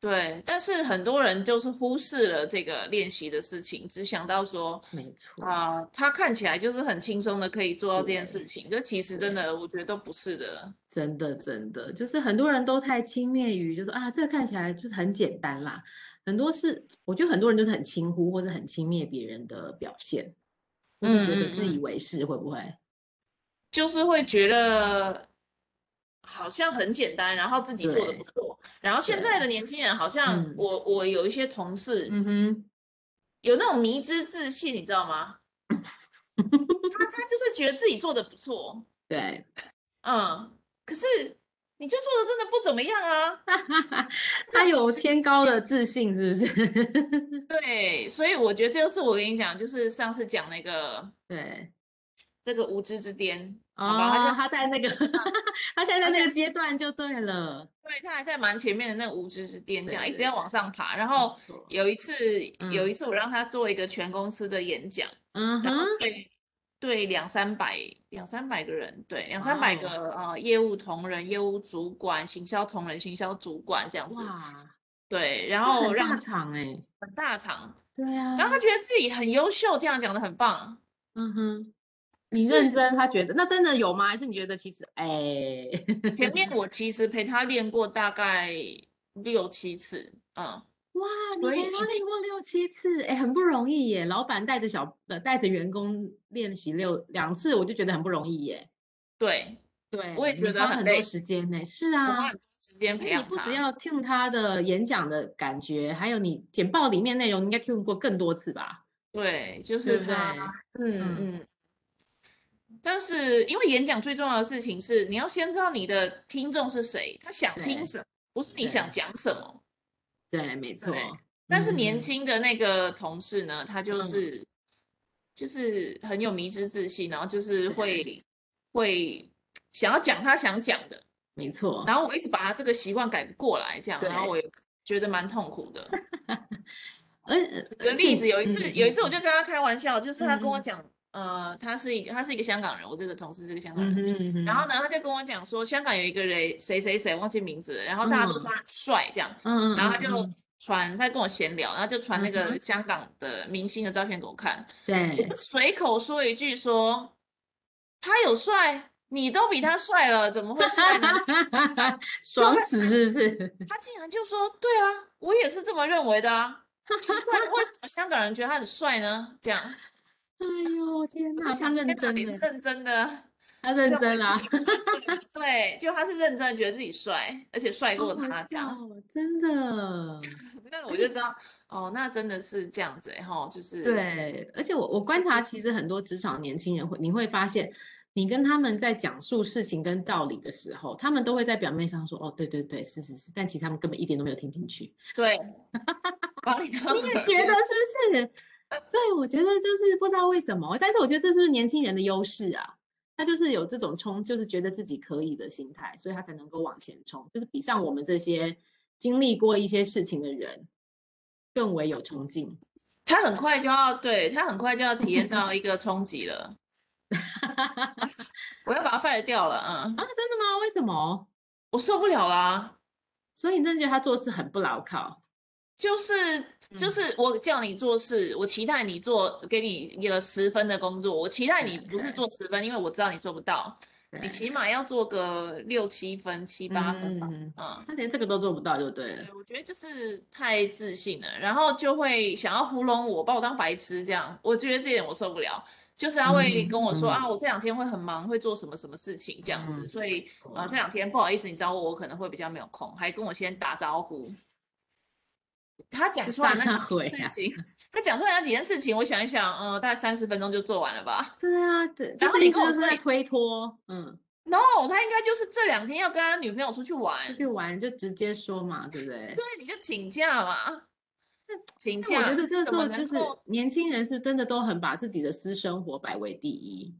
[SPEAKER 2] 对，但是很多人就是忽视了这个练习的事情，只想到说
[SPEAKER 1] 没错，
[SPEAKER 2] 啊、他看起来就是很轻松的可以做到这件事
[SPEAKER 1] 嗯对
[SPEAKER 2] 情，这其实真的我觉得都不是的。
[SPEAKER 1] 真的真的，就是很多人都太轻蔑于，就是啊，这个看起来就是很简单啦。很多事，我觉得很多人就是很轻忽或者很轻蔑别人的表现，或是觉得
[SPEAKER 2] 嗯
[SPEAKER 1] 自以
[SPEAKER 2] 嗯
[SPEAKER 1] 为是，会不会？
[SPEAKER 2] 就是会觉得好像很简单，然后自己做的不
[SPEAKER 1] 对
[SPEAKER 2] 错。然后现在的年轻人好像
[SPEAKER 1] 嗯
[SPEAKER 2] 我我有一些同事
[SPEAKER 1] 嗯哼，
[SPEAKER 2] 有那种迷之自信，你知 道吗？他他就是觉得自己做的不错，
[SPEAKER 1] 对，
[SPEAKER 2] 嗯，可是你就做的真的不怎么样 啊。
[SPEAKER 1] 他有
[SPEAKER 2] 自己
[SPEAKER 1] 天高的自信，是不是？
[SPEAKER 2] 对，所以我觉得这就是我跟你讲，就是上次讲那个
[SPEAKER 1] 对，
[SPEAKER 2] 这个无知之巅，好吧，他
[SPEAKER 1] 哦，
[SPEAKER 2] 就
[SPEAKER 1] 他在那个
[SPEAKER 2] 上，
[SPEAKER 1] 他现在在
[SPEAKER 2] 而
[SPEAKER 1] 那
[SPEAKER 2] 且
[SPEAKER 1] 个阶段就对了，
[SPEAKER 2] 对他还在蛮前面的那个无知之巅，这样
[SPEAKER 1] 对
[SPEAKER 2] 一直
[SPEAKER 1] 对
[SPEAKER 2] 要
[SPEAKER 1] 对
[SPEAKER 2] 往上爬。然
[SPEAKER 1] 没
[SPEAKER 2] 后
[SPEAKER 1] 错
[SPEAKER 2] 有一次，有
[SPEAKER 1] 嗯
[SPEAKER 2] 一次我让他做一个全公司的演讲，
[SPEAKER 1] 嗯
[SPEAKER 2] 然
[SPEAKER 1] 哼
[SPEAKER 2] 后，对对两三百两三百个人，对两三百
[SPEAKER 1] 哇
[SPEAKER 2] 个
[SPEAKER 1] 哦
[SPEAKER 2] 呃业务同仁、业务主管、行销同仁、行销主管这样子，
[SPEAKER 1] 哇，
[SPEAKER 2] 对，然
[SPEAKER 1] 这
[SPEAKER 2] 后
[SPEAKER 1] 很
[SPEAKER 2] 让
[SPEAKER 1] 大
[SPEAKER 2] 他
[SPEAKER 1] 场哎，
[SPEAKER 2] 很大场，
[SPEAKER 1] 对啊，
[SPEAKER 2] 然后他觉得自己很优秀，这样讲的很棒。
[SPEAKER 1] 嗯哼，你认
[SPEAKER 2] 是
[SPEAKER 1] 真，他觉得那真的有吗？还是你觉得其实哎，
[SPEAKER 2] 前面我其实陪他练过大概六七次，嗯，
[SPEAKER 1] 哇，你
[SPEAKER 2] 所以
[SPEAKER 1] 陪
[SPEAKER 2] 已
[SPEAKER 1] 他
[SPEAKER 2] 经
[SPEAKER 1] 练过六七次，哎，很不容易耶。老板带着小呃带着员工练习六两次，我就觉得很不容易耶。
[SPEAKER 2] 对，
[SPEAKER 1] 对，
[SPEAKER 2] 我也觉
[SPEAKER 1] 你
[SPEAKER 2] 得
[SPEAKER 1] 花
[SPEAKER 2] 很
[SPEAKER 1] 很
[SPEAKER 2] 累
[SPEAKER 1] 多时间呢。是
[SPEAKER 2] 我
[SPEAKER 1] 啊
[SPEAKER 2] 花，很多时间
[SPEAKER 1] 因
[SPEAKER 2] 培
[SPEAKER 1] 为你
[SPEAKER 2] 养
[SPEAKER 1] 不只
[SPEAKER 2] 他。
[SPEAKER 1] 要 tune 他的演讲的感觉，还有你简报里面内容，你应该 tune 过更多次吧？
[SPEAKER 2] 对，就
[SPEAKER 1] 对
[SPEAKER 2] 是
[SPEAKER 1] 不对？
[SPEAKER 2] 他，嗯嗯，嗯但是因为演讲最重要的事情是，你要先知道你的听众是谁，他想听
[SPEAKER 1] 对
[SPEAKER 2] 什么，不是你
[SPEAKER 1] 对
[SPEAKER 2] 想讲什么。
[SPEAKER 1] 对，没错。
[SPEAKER 2] 但是年
[SPEAKER 1] 嗯
[SPEAKER 2] 轻的那个同事呢，他就
[SPEAKER 1] 嗯
[SPEAKER 2] 是、就是很有迷之自信，然后就是
[SPEAKER 1] 对
[SPEAKER 2] 会会想要讲他想讲的，
[SPEAKER 1] 没错，
[SPEAKER 2] 然后我一直把他这个习惯改不过来，这样，然后
[SPEAKER 1] 对
[SPEAKER 2] 我也觉得蛮痛苦 的。
[SPEAKER 1] 而
[SPEAKER 2] 举个例子，有一次，有一次我就，跟他开玩笑，就是他跟
[SPEAKER 1] 嗯
[SPEAKER 2] 我
[SPEAKER 1] 嗯嗯
[SPEAKER 2] 讲，呃，他是一个他是一个香港人，我这个同事是个香港
[SPEAKER 1] 嗯
[SPEAKER 2] 人，
[SPEAKER 1] 嗯嗯嗯，
[SPEAKER 2] 然后呢，他就跟我讲说，香港有一个人谁谁谁忘记名字了，然后大家都
[SPEAKER 1] 嗯
[SPEAKER 2] 说他很帅这样，
[SPEAKER 1] 嗯，嗯，
[SPEAKER 2] 然后他
[SPEAKER 1] 嗯
[SPEAKER 2] 就
[SPEAKER 1] 嗯
[SPEAKER 2] 传，他跟我闲聊，然后就传那
[SPEAKER 1] 嗯
[SPEAKER 2] 个香港的明星的照片给我看，我
[SPEAKER 1] 对
[SPEAKER 2] 就，随口说一句说，他有帅，你都比他帅了，怎么会 帅呢？
[SPEAKER 1] 爽死是不是？
[SPEAKER 2] 他竟然就说，对啊，我也是这么认为的啊，奇怪，为什么香港人觉得他很帅呢？这样，
[SPEAKER 1] 哎呦天哪，
[SPEAKER 2] 我就
[SPEAKER 1] 他
[SPEAKER 2] 想
[SPEAKER 1] 认
[SPEAKER 2] 天哪
[SPEAKER 1] 真
[SPEAKER 2] 你
[SPEAKER 1] 的，
[SPEAKER 2] 是认真的。
[SPEAKER 1] 他认真
[SPEAKER 2] 啊
[SPEAKER 1] 啦，！
[SPEAKER 2] 对，就他是认真的觉得自己帅，而且帅过
[SPEAKER 1] 好好
[SPEAKER 2] 他这样。
[SPEAKER 1] 笑哦真的。
[SPEAKER 2] 那我就知道，哦，那真的是这样子哎哈，就是，
[SPEAKER 1] 对，而且我我观察，其实很多职场年轻人会，你会发现，你跟他们在讲述事情跟道理的时候，他们都会在表面上说，哦，对对对，是是是，但其实他们根本一点都没有听进去。
[SPEAKER 2] 对，把你当
[SPEAKER 1] 你也
[SPEAKER 2] 耳
[SPEAKER 1] 觉
[SPEAKER 2] 边
[SPEAKER 1] 得是不是？对，我觉得就是不知道为什么，但是我觉得这是不是年轻人的优势啊？他就是有这种冲，就是觉得自己可以的心态，所以他才能够往前冲，就是比上我们这些经历过一些事情的人更为有冲劲。
[SPEAKER 2] 他很快就要，对他很快就要体验到一个冲击 了。我要把他 fire 掉了，嗯，
[SPEAKER 1] 啊，真的吗？为什么？
[SPEAKER 2] 我受不了啦。
[SPEAKER 1] 所以你真的觉得他做事很不牢靠？
[SPEAKER 2] 就是就
[SPEAKER 1] 嗯
[SPEAKER 2] 是我叫你做事，我期待你做，给你一个十分的工作，我期待你
[SPEAKER 1] 对
[SPEAKER 2] 不是
[SPEAKER 1] 对
[SPEAKER 2] 做十分，因为我知道你做不到，
[SPEAKER 1] 对
[SPEAKER 2] 你起码要做个六七分、七八分吧。
[SPEAKER 1] 嗯，
[SPEAKER 2] 嗯，
[SPEAKER 1] 他连这个都做不到就对了
[SPEAKER 2] 对，。我觉得就是太自信了，然后就会想要糊弄我，把我当白痴这样。我觉得这一点我受不了，就是他会跟我说、
[SPEAKER 1] 嗯
[SPEAKER 2] 啊，我这两天会很忙，会做什么什么事情这样子，
[SPEAKER 1] 嗯
[SPEAKER 2] 所以
[SPEAKER 1] 错
[SPEAKER 2] 啊、呃这两天不好意思，你找我，我可能会比较没有空，还跟我先打招呼。他讲
[SPEAKER 1] 就
[SPEAKER 2] 出来
[SPEAKER 1] 撒
[SPEAKER 2] 那
[SPEAKER 1] 他
[SPEAKER 2] 几
[SPEAKER 1] 回
[SPEAKER 2] 件
[SPEAKER 1] 啊
[SPEAKER 2] 事情，他讲出来那几件事情，我想一想，嗯、大概三十分钟就做完了吧。
[SPEAKER 1] 对啊，这就
[SPEAKER 2] 然后
[SPEAKER 1] 是
[SPEAKER 2] 你
[SPEAKER 1] 意思
[SPEAKER 2] 跟我
[SPEAKER 1] 就是
[SPEAKER 2] 说
[SPEAKER 1] 在
[SPEAKER 2] 你
[SPEAKER 1] 推脱，嗯，
[SPEAKER 2] No，他应该就是这两天要跟他女朋友出去玩，
[SPEAKER 1] 出去玩就直接说嘛，对不对？
[SPEAKER 2] 对，你就请假嘛，请
[SPEAKER 1] 但
[SPEAKER 2] 假。
[SPEAKER 1] 我觉得这
[SPEAKER 2] 怎
[SPEAKER 1] 时
[SPEAKER 2] 么
[SPEAKER 1] 候
[SPEAKER 2] 能
[SPEAKER 1] 就是
[SPEAKER 2] 够
[SPEAKER 1] 年轻人是真的都很把自己的私生活摆为第一，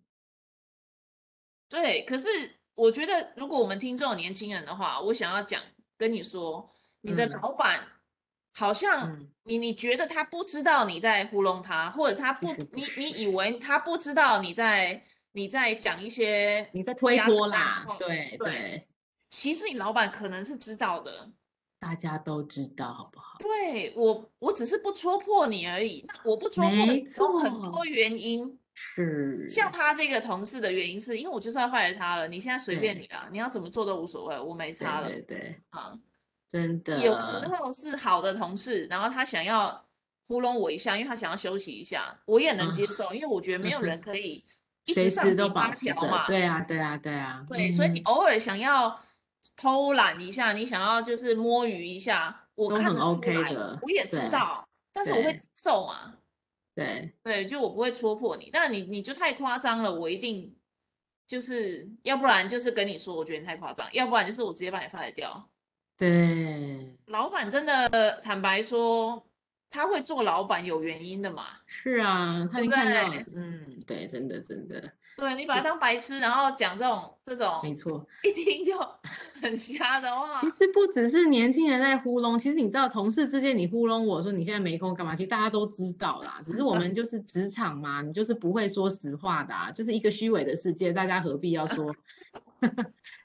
[SPEAKER 2] 对，可是我觉得，如果我们听众有年轻人的话，我想要讲跟你说，你的
[SPEAKER 1] 嗯
[SPEAKER 2] 老板好像
[SPEAKER 1] 嗯，
[SPEAKER 2] 你你觉得他不知道你在糊弄他，或者他
[SPEAKER 1] 其
[SPEAKER 2] 不
[SPEAKER 1] 实，不
[SPEAKER 2] 你你以为他不知道你在你在讲一些
[SPEAKER 1] 你在推
[SPEAKER 2] 瞎扯
[SPEAKER 1] 脱
[SPEAKER 2] 淡
[SPEAKER 1] 啦
[SPEAKER 2] 话，
[SPEAKER 1] 对
[SPEAKER 2] 对
[SPEAKER 1] 对，
[SPEAKER 2] 其实你老板可能是知道的。
[SPEAKER 1] 大家都知道，好不好？
[SPEAKER 2] 对，我，我只是不戳破你而已。那我不戳破
[SPEAKER 1] 没
[SPEAKER 2] 你有很
[SPEAKER 1] 错嗯
[SPEAKER 2] 多原因，
[SPEAKER 1] 是，
[SPEAKER 2] 像他这个同事的原因是因为我就是要 fire 他了，你现在随便
[SPEAKER 1] 对
[SPEAKER 2] 你啦，你要怎么做都无所谓，我没
[SPEAKER 1] 对
[SPEAKER 2] 差了
[SPEAKER 1] 对对，
[SPEAKER 2] 啊。
[SPEAKER 1] 真的，
[SPEAKER 2] 有时候是好的同事，然后他想要糊弄我一下，因为他想要休息一下，我也能
[SPEAKER 1] 啊
[SPEAKER 2] 接受，因为我觉得没有
[SPEAKER 1] 嗯哼
[SPEAKER 2] 人可以一
[SPEAKER 1] 随
[SPEAKER 2] 直上
[SPEAKER 1] 时都
[SPEAKER 2] 紧
[SPEAKER 1] 保
[SPEAKER 2] 发
[SPEAKER 1] 持
[SPEAKER 2] 条
[SPEAKER 1] 着，
[SPEAKER 2] 嘛。
[SPEAKER 1] 对啊对啊对啊，
[SPEAKER 2] 对，所以你
[SPEAKER 1] 嗯
[SPEAKER 2] 偶尔想要偷懒一下，你想要就是摸鱼一下，我
[SPEAKER 1] 都
[SPEAKER 2] 看
[SPEAKER 1] 很
[SPEAKER 2] 得出
[SPEAKER 1] OK
[SPEAKER 2] 来
[SPEAKER 1] 的
[SPEAKER 2] 我也知
[SPEAKER 1] 对
[SPEAKER 2] 道，但是我会
[SPEAKER 1] 对
[SPEAKER 2] 接受嘛。
[SPEAKER 1] 对，
[SPEAKER 2] 对，就我不会戳破你，但你你就太夸张了，我一定就是要不然就是跟你说，我觉得你太夸张，要不然就是我直接把你 fire 掉。
[SPEAKER 1] 对，
[SPEAKER 2] 老板真的坦白说，他会做老板有原因的嘛？
[SPEAKER 1] 是啊，他
[SPEAKER 2] 对
[SPEAKER 1] 已经
[SPEAKER 2] 不
[SPEAKER 1] 看到
[SPEAKER 2] 对
[SPEAKER 1] 了，嗯，对，真的真的，
[SPEAKER 2] 对你把他当白痴，然后讲这种这
[SPEAKER 1] 没
[SPEAKER 2] 种
[SPEAKER 1] 错。
[SPEAKER 2] 一听就 很瞎的话，
[SPEAKER 1] 其实不只是年轻人在糊弄，其实你知道，同事之间你糊弄我说你现在没空干嘛，其实大家都知道啦。只是我们就是职场嘛，你就是不会说实话的、啊，就是一个虚伪的世界，大家何必要说？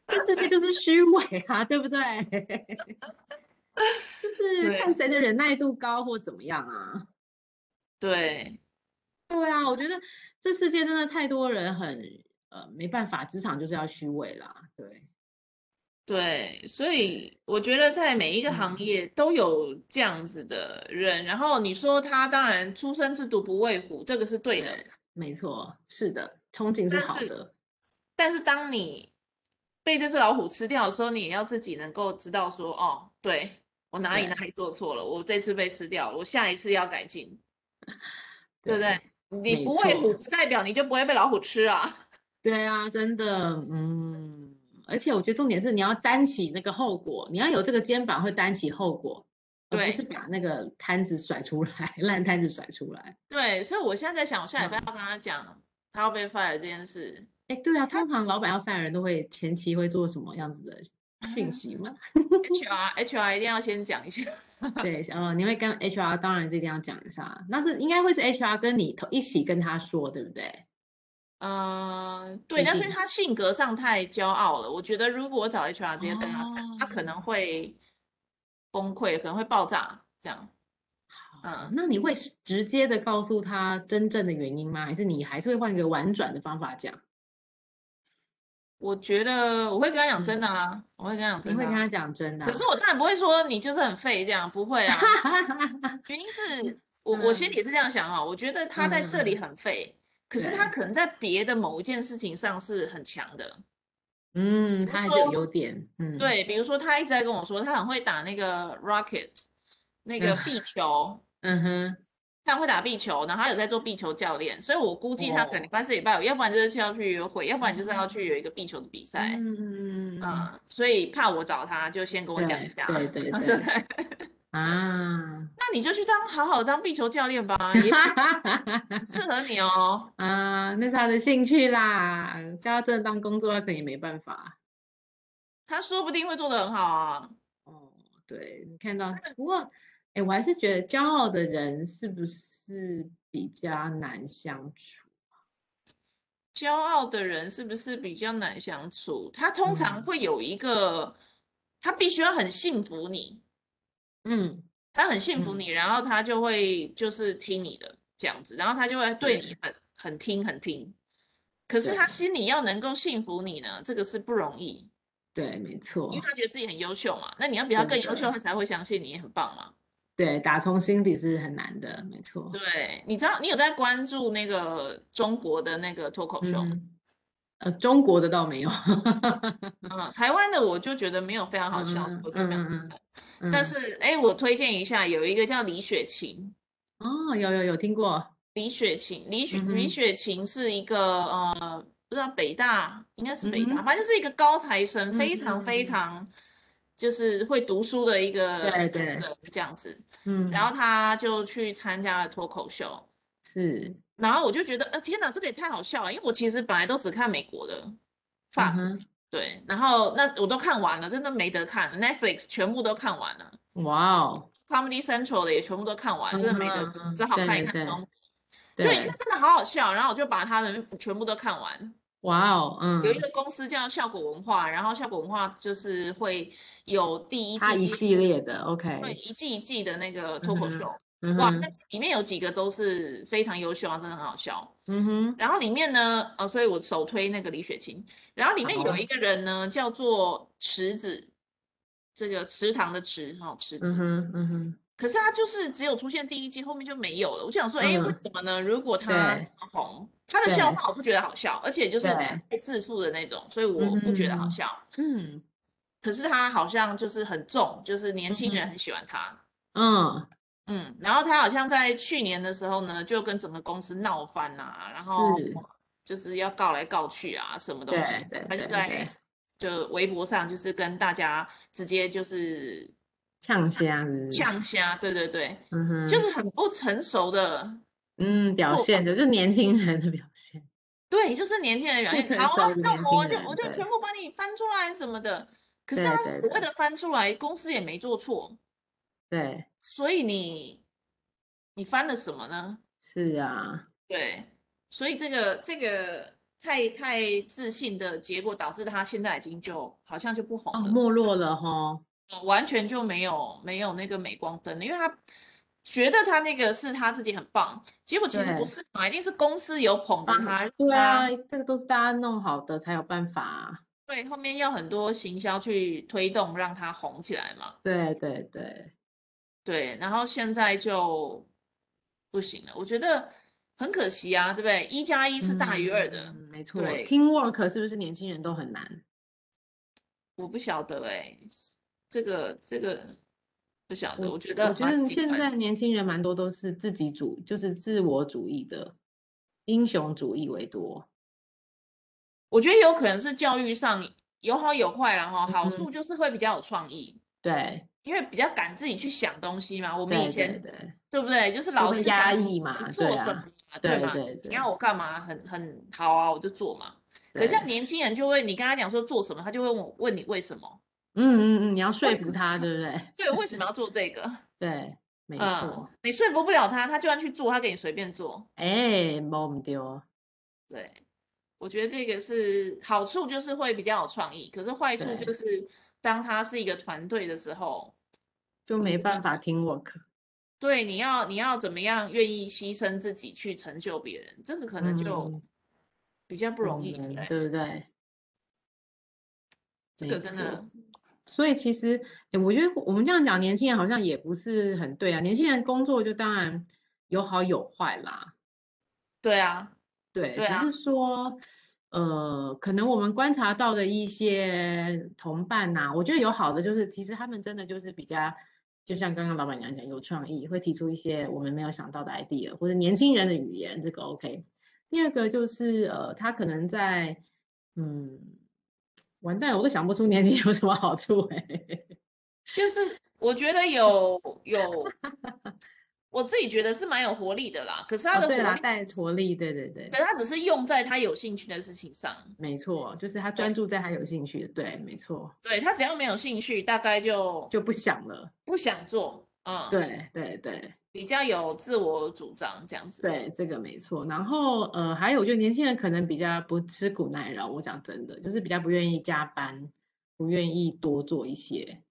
[SPEAKER 1] 这世界就是虚伪啊，对不对？ 就是
[SPEAKER 2] 对
[SPEAKER 1] 看谁的忍耐度高或怎么样啊。
[SPEAKER 2] 对
[SPEAKER 1] 对啊，我觉得这世界真的太多人很呃没办法，职场就是要虚伪啦。对，
[SPEAKER 2] 对，所以我觉得在每一个行
[SPEAKER 1] 嗯
[SPEAKER 2] 业都有这样子的人，然后你说他当然出生之犊不畏虎，这个是对的。
[SPEAKER 1] 对，没错，是的，憧憬是
[SPEAKER 2] 但
[SPEAKER 1] 好
[SPEAKER 2] 是
[SPEAKER 1] 的。
[SPEAKER 2] 但是当你被这只老虎吃掉的时候，你也要自己能够知道说，哦，对，我哪里
[SPEAKER 1] 对
[SPEAKER 2] 哪里做错了，我这次被吃掉了，我下一次要改进，对不对？你
[SPEAKER 1] 没
[SPEAKER 2] 不畏
[SPEAKER 1] 错
[SPEAKER 2] 虎，不代表你就不会被老虎吃啊。
[SPEAKER 1] 对啊，真的，嗯，而且我觉得重点是你要担起那个后果，你要有这个肩膀会担起后果，而
[SPEAKER 2] 对
[SPEAKER 1] 不是把那个摊子甩出来， 烂摊子甩出来。
[SPEAKER 2] 对，所以我现在在想，我下礼拜要跟他讲他要被 fire 这件事。
[SPEAKER 1] 哎，对啊，通常老板要 fire 人都会前期会做什么样子的
[SPEAKER 2] 啊
[SPEAKER 1] 讯息吗？
[SPEAKER 2] HR HR 一定要先讲一下，
[SPEAKER 1] 对，呃，你会跟 HR 当然是一定要讲一下，那是应该会是 HR 跟你同一起跟他说，对不对？
[SPEAKER 2] 嗯，对，
[SPEAKER 1] 一
[SPEAKER 2] 但是因
[SPEAKER 1] 定
[SPEAKER 2] 为他性格上太骄傲了，我觉得如果我找 HR 直接跟他谈，他可
[SPEAKER 1] 哦
[SPEAKER 2] 能会崩溃，可能会爆炸这样。
[SPEAKER 1] 好
[SPEAKER 2] 嗯
[SPEAKER 1] 那你会是直接的告诉他真正的原因吗？还是你还是会换一个婉转的方法讲？
[SPEAKER 2] 我觉得我会跟他讲真的啊，我会跟他讲
[SPEAKER 1] 你
[SPEAKER 2] 真
[SPEAKER 1] 会
[SPEAKER 2] 的
[SPEAKER 1] 跟
[SPEAKER 2] 啊。
[SPEAKER 1] 他讲真的
[SPEAKER 2] 可是我当然不会说你就是很废这样，不会啊。
[SPEAKER 1] 啊？
[SPEAKER 2] 原因是我我心
[SPEAKER 1] 嗯
[SPEAKER 2] 里是这样想哈、哦我觉得他在这里很废，可是他
[SPEAKER 1] 对
[SPEAKER 2] 可能在别的某一件事情上是很强的。
[SPEAKER 1] 嗯，
[SPEAKER 2] 比
[SPEAKER 1] 他还
[SPEAKER 2] 如
[SPEAKER 1] 是有
[SPEAKER 2] 说
[SPEAKER 1] 优点，嗯，，
[SPEAKER 2] 对，比如说他一直在跟我说他很会打那个 rocket，那个
[SPEAKER 1] 嗯
[SPEAKER 2] 壁球，
[SPEAKER 1] 嗯哼，
[SPEAKER 2] 他很会打壁球，然后他有在做壁球教练，所以我估计他可能
[SPEAKER 1] 哦
[SPEAKER 2] 礼拜四礼拜五，要不然就是要去约会，要不然就是要去有一个壁球的比赛。
[SPEAKER 1] 嗯，
[SPEAKER 2] 嗯，所以怕我找他，就先跟我讲一
[SPEAKER 1] 对
[SPEAKER 2] 下。
[SPEAKER 1] 对对
[SPEAKER 2] 对
[SPEAKER 1] 对啊，
[SPEAKER 2] 那你就去当好好当壁球教练吧，也许很适合你哦。
[SPEAKER 1] 啊，那是他的兴趣啦，叫他真的当工作，他可能也没办法。
[SPEAKER 2] 他说不定会做得很好啊。
[SPEAKER 1] 哦，对，你看到，不过，哎，我还是觉得骄傲的人是不是比较难相处？
[SPEAKER 2] 骄傲的人是不是比较难相处？他通常
[SPEAKER 1] 嗯
[SPEAKER 2] 会有一个，他必须要很信服你，
[SPEAKER 1] 嗯，
[SPEAKER 2] 他很信服
[SPEAKER 1] 嗯
[SPEAKER 2] 你，然后他就会就是听你的这样子，然后他就会对你
[SPEAKER 1] 对
[SPEAKER 2] 很很听很听。可是他
[SPEAKER 1] 对
[SPEAKER 2] 心里要能够信服你呢，这个是不容易，
[SPEAKER 1] 对，没
[SPEAKER 2] 因为
[SPEAKER 1] 错，
[SPEAKER 2] 他觉得自己很优秀嘛。那你要比他
[SPEAKER 1] 真
[SPEAKER 2] 更优秀，
[SPEAKER 1] 的
[SPEAKER 2] 他才会相信你很棒嘛。
[SPEAKER 1] 对，打从心底是很难的，没错。
[SPEAKER 2] 对，你知道你有在关注那个中国的那个脱口秀吗？
[SPEAKER 1] 嗯，呃，中国的倒没有，
[SPEAKER 2] 嗯，台湾的我就觉得没有非常好笑，所
[SPEAKER 1] 嗯
[SPEAKER 2] 以我就没有。
[SPEAKER 1] 嗯嗯，
[SPEAKER 2] 但
[SPEAKER 1] 嗯
[SPEAKER 2] 是，哎，我推荐一下，有一个叫李雪琴，
[SPEAKER 1] 哦，有有有听过，
[SPEAKER 2] 李雪琴，李雪
[SPEAKER 1] 嗯
[SPEAKER 2] 李
[SPEAKER 1] 哼
[SPEAKER 2] 雪琴是一个呃，不知道北大应该是北
[SPEAKER 1] 嗯
[SPEAKER 2] 大，
[SPEAKER 1] 哼
[SPEAKER 2] 反正就是一个高材生，非常非
[SPEAKER 1] 嗯
[SPEAKER 2] 常就是会读书的一
[SPEAKER 1] 对
[SPEAKER 2] 个一个
[SPEAKER 1] 对，
[SPEAKER 2] 人这样子。然
[SPEAKER 1] 嗯，
[SPEAKER 2] 后他就去参加了脱口秀，
[SPEAKER 1] 是，
[SPEAKER 2] 然后我就觉得，呃，天哪，这个也太好笑了，因为我其实本来都只看美国的、法
[SPEAKER 1] 嗯
[SPEAKER 2] 国
[SPEAKER 1] 哼，
[SPEAKER 2] 对，然后那我都看完了，真的没得看，Netflix 全部都看完了
[SPEAKER 1] 哇哦，
[SPEAKER 2] ，Comedy Central 的也全部都看完，
[SPEAKER 1] 嗯
[SPEAKER 2] 真的没
[SPEAKER 1] 哼
[SPEAKER 2] 得
[SPEAKER 1] 嗯
[SPEAKER 2] 看，
[SPEAKER 1] 哼
[SPEAKER 2] 只好看一
[SPEAKER 1] 对
[SPEAKER 2] 看
[SPEAKER 1] 对
[SPEAKER 2] 中国。就一看
[SPEAKER 1] 对，
[SPEAKER 2] 真的好好笑，然后我就把他的全部都看完。
[SPEAKER 1] 哇哦，
[SPEAKER 2] 有一
[SPEAKER 1] 嗯，
[SPEAKER 2] 个公司叫效果文化，然后效果文化就是会有第一季、
[SPEAKER 1] 他一
[SPEAKER 2] 第二
[SPEAKER 1] 系
[SPEAKER 2] 季
[SPEAKER 1] 列的
[SPEAKER 2] 对
[SPEAKER 1] ，OK，
[SPEAKER 2] 一季一季的那个脱
[SPEAKER 1] 嗯
[SPEAKER 2] 口
[SPEAKER 1] 哼，
[SPEAKER 2] 秀，
[SPEAKER 1] 嗯
[SPEAKER 2] 哇，
[SPEAKER 1] 哼，
[SPEAKER 2] 那里面有几个都是非常优秀啊，真的很好笑。
[SPEAKER 1] 嗯哼，
[SPEAKER 2] 然后里面呢，呃，所以我首推那个李雪琴。然后里面有一
[SPEAKER 1] 好，
[SPEAKER 2] 个人呢，叫做池子，这个池塘的池哈、池
[SPEAKER 1] 嗯
[SPEAKER 2] 子。
[SPEAKER 1] 哼，嗯哼，
[SPEAKER 2] 可是他就是只有出现第一季，后面就没有了。我就想说，哎，为
[SPEAKER 1] 嗯，
[SPEAKER 2] 什么呢？如果他
[SPEAKER 1] 对，
[SPEAKER 2] 这么红，他的笑
[SPEAKER 1] 对，
[SPEAKER 2] 话我不觉得好笑，而且就是
[SPEAKER 1] 对，
[SPEAKER 2] 太自负的那种，所以
[SPEAKER 1] 嗯
[SPEAKER 2] 我不觉得好
[SPEAKER 1] 哼，
[SPEAKER 2] 笑。
[SPEAKER 1] 嗯，
[SPEAKER 2] 可是他好像就是很重，就是年
[SPEAKER 1] 嗯
[SPEAKER 2] 轻人
[SPEAKER 1] 哼，
[SPEAKER 2] 很喜欢他。
[SPEAKER 1] 嗯，
[SPEAKER 2] 嗯，然后他好像在去年的时候呢，就跟整个公司闹翻啊，然后
[SPEAKER 1] 是，
[SPEAKER 2] 就是要告来告去啊，什么东西，
[SPEAKER 1] 对，对，
[SPEAKER 2] 他就
[SPEAKER 1] 对，
[SPEAKER 2] 在
[SPEAKER 1] 对，
[SPEAKER 2] 就微博上就是跟大家直接就是
[SPEAKER 1] 呛虾子，
[SPEAKER 2] 呛虾，对对对，
[SPEAKER 1] 嗯
[SPEAKER 2] 就
[SPEAKER 1] 哼，
[SPEAKER 2] 是很不成熟的
[SPEAKER 1] 嗯，表
[SPEAKER 2] 做法，
[SPEAKER 1] 现的，就是年轻人的表现，
[SPEAKER 2] 对，就是年轻人表
[SPEAKER 1] 不
[SPEAKER 2] 现
[SPEAKER 1] 成
[SPEAKER 2] 好啊，
[SPEAKER 1] 熟的
[SPEAKER 2] 那
[SPEAKER 1] 年
[SPEAKER 2] 我
[SPEAKER 1] 轻
[SPEAKER 2] 就我
[SPEAKER 1] 人，
[SPEAKER 2] 就全
[SPEAKER 1] 对，
[SPEAKER 2] 部帮你翻出来什么的，可是
[SPEAKER 1] 对，
[SPEAKER 2] 他
[SPEAKER 1] 对，
[SPEAKER 2] 所谓
[SPEAKER 1] 对，
[SPEAKER 2] 的翻出来，公司也没做错，
[SPEAKER 1] 对，
[SPEAKER 2] 所以你你翻了什么呢？
[SPEAKER 1] 是啊，
[SPEAKER 2] 对，所以这个这个太太自信的结果，导致他现在已经就好像就不红
[SPEAKER 1] 哦，
[SPEAKER 2] 了，
[SPEAKER 1] 没落了吼，
[SPEAKER 2] 呃完全就没有没有那个镁光灯了，因为他觉得他那个是他自己很棒，结果其实不
[SPEAKER 1] 对，
[SPEAKER 2] 是嘛，一定是公司有捧着
[SPEAKER 1] 啊，
[SPEAKER 2] 他，让
[SPEAKER 1] 对啊，
[SPEAKER 2] 他
[SPEAKER 1] 这个都是大家弄好的才有办法啊，
[SPEAKER 2] 对后面要很多行销去推动让他红起来嘛，
[SPEAKER 1] 对对对，
[SPEAKER 2] 对，然后现在就不行了，我觉得很可惜啊，对不对？一加一是大于二的，
[SPEAKER 1] 嗯，没错
[SPEAKER 2] 对。
[SPEAKER 1] ，teamwork 是不是年轻人都很难？
[SPEAKER 2] 我不晓得哎、这个这个不晓得，
[SPEAKER 1] 我
[SPEAKER 2] 我觉
[SPEAKER 1] 我
[SPEAKER 2] 得
[SPEAKER 1] 觉
[SPEAKER 2] 蛮
[SPEAKER 1] 得
[SPEAKER 2] 奇
[SPEAKER 1] 现
[SPEAKER 2] 怪的。
[SPEAKER 1] 在年轻人蛮多都是自己主，就是自我主义的，英雄主义为多，
[SPEAKER 2] 我觉得有可能是教育上有好有坏啦哈，好
[SPEAKER 1] 嗯哼
[SPEAKER 2] 处就是会比较有创意，
[SPEAKER 1] 对，
[SPEAKER 2] 因为比较敢自己去想东西嘛。我们以
[SPEAKER 1] 对
[SPEAKER 2] 前
[SPEAKER 1] 对对
[SPEAKER 2] 对不对？就是
[SPEAKER 1] 就
[SPEAKER 2] 老
[SPEAKER 1] 会
[SPEAKER 2] 师
[SPEAKER 1] 压
[SPEAKER 2] 讲什么
[SPEAKER 1] 抑
[SPEAKER 2] 你
[SPEAKER 1] 嘛，
[SPEAKER 2] 做
[SPEAKER 1] 对
[SPEAKER 2] 什么
[SPEAKER 1] 啊，
[SPEAKER 2] 嘛，
[SPEAKER 1] 对
[SPEAKER 2] 吗？
[SPEAKER 1] 对对
[SPEAKER 2] 你要我干嘛？很很好啊，我就做嘛。可
[SPEAKER 1] 对
[SPEAKER 2] 是像年轻人就会，你跟他讲说做什么，他就会问我问你为什么？
[SPEAKER 1] 嗯嗯嗯，你要说服他，对不对？
[SPEAKER 2] 对，为什么要做这个？
[SPEAKER 1] 对，没
[SPEAKER 2] 嗯
[SPEAKER 1] 错，，
[SPEAKER 2] 你说服不了他，他就算去做，他给你随便做。
[SPEAKER 1] 哎，摸不丢，
[SPEAKER 2] 对，我觉得这个是好处，就是会比较有创意。可是坏处
[SPEAKER 1] 对
[SPEAKER 2] 就是，当他是一个团队的时候，
[SPEAKER 1] 就没
[SPEAKER 2] 觉
[SPEAKER 1] 办
[SPEAKER 2] 得
[SPEAKER 1] 法 teamwork。
[SPEAKER 2] 对，你要你要怎么样愿意牺牲自己去成就别人，这个可能就
[SPEAKER 1] 嗯
[SPEAKER 2] 比较不容易。
[SPEAKER 1] 嗯
[SPEAKER 2] 对，
[SPEAKER 1] 对不对？
[SPEAKER 2] 这
[SPEAKER 1] 没
[SPEAKER 2] 个真的
[SPEAKER 1] 错，所以其实，诶我觉得我们这样讲，年轻人好像也不是很对啊。年轻人工作就当然有好有坏啦，
[SPEAKER 2] 对啊，
[SPEAKER 1] 对，
[SPEAKER 2] 对
[SPEAKER 1] 只
[SPEAKER 2] 啊
[SPEAKER 1] 是说，呃，可能我们观察到的一些同伴呐、我觉得有好的就是，其实他们真的就是比较，就像刚刚老板娘讲，有创意，会提出一些我们没有想到的 idea，或者年轻人的语言，这个 OK。第二个就是，呃，他可能在，嗯，完蛋了，我都想不出年轻人有什么好处哎、
[SPEAKER 2] 就是我觉得有有，我自己觉得是蛮有活力的啦。可是 他
[SPEAKER 1] 哦，
[SPEAKER 2] 的
[SPEAKER 1] 对
[SPEAKER 2] 活
[SPEAKER 1] 啦，
[SPEAKER 2] 力，
[SPEAKER 1] 带活力，对对对
[SPEAKER 2] 可，是他只是用在他有兴趣的事情上。
[SPEAKER 1] 没错，就是他专注在他有兴趣的，对，没错，
[SPEAKER 2] 对，他只要没有兴趣，大概就
[SPEAKER 1] 就不想了，
[SPEAKER 2] 不想做，嗯，，
[SPEAKER 1] 对对对
[SPEAKER 2] 比较有自我主张这样子。，
[SPEAKER 1] 对，这个没错。然后呃，还有就是年轻人可能比较不吃苦耐劳，我讲真的，就是比较不愿意加班，不愿意多做一些，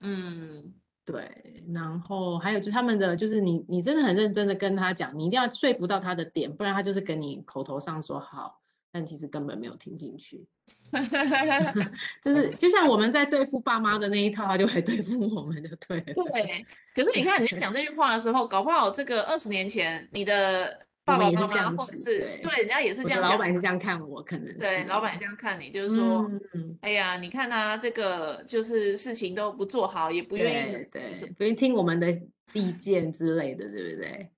[SPEAKER 2] 嗯，
[SPEAKER 1] 对。然后还有就是他们的，就是你你真的很认真的跟他讲，你一定要说服到他的点，不然他就是跟你口头上说好，但其实根本没有听进去。就是就像我们在对付爸妈的那一套，他就会 对付我们的，对了。
[SPEAKER 2] 对。可是你看你在讲这句话的时候，搞不好这个二十年前你的爸
[SPEAKER 1] 们
[SPEAKER 2] 爸
[SPEAKER 1] 也是
[SPEAKER 2] 妈
[SPEAKER 1] 这样
[SPEAKER 2] 妈，或者
[SPEAKER 1] 子
[SPEAKER 2] 是
[SPEAKER 1] 对
[SPEAKER 2] 人家也是
[SPEAKER 1] 我
[SPEAKER 2] 这
[SPEAKER 1] 的
[SPEAKER 2] 样
[SPEAKER 1] 老
[SPEAKER 2] 讲
[SPEAKER 1] 板
[SPEAKER 2] 你，
[SPEAKER 1] 是这样看我，可能
[SPEAKER 2] 对，
[SPEAKER 1] 是
[SPEAKER 2] 老板也这样看你，就是说，
[SPEAKER 1] 嗯，
[SPEAKER 2] 哎呀，你看他这个就是事情都不做好，也不愿
[SPEAKER 1] 对
[SPEAKER 2] 意努力什
[SPEAKER 1] 对
[SPEAKER 2] 么，
[SPEAKER 1] 不愿意听我们的意见之类的，对不对？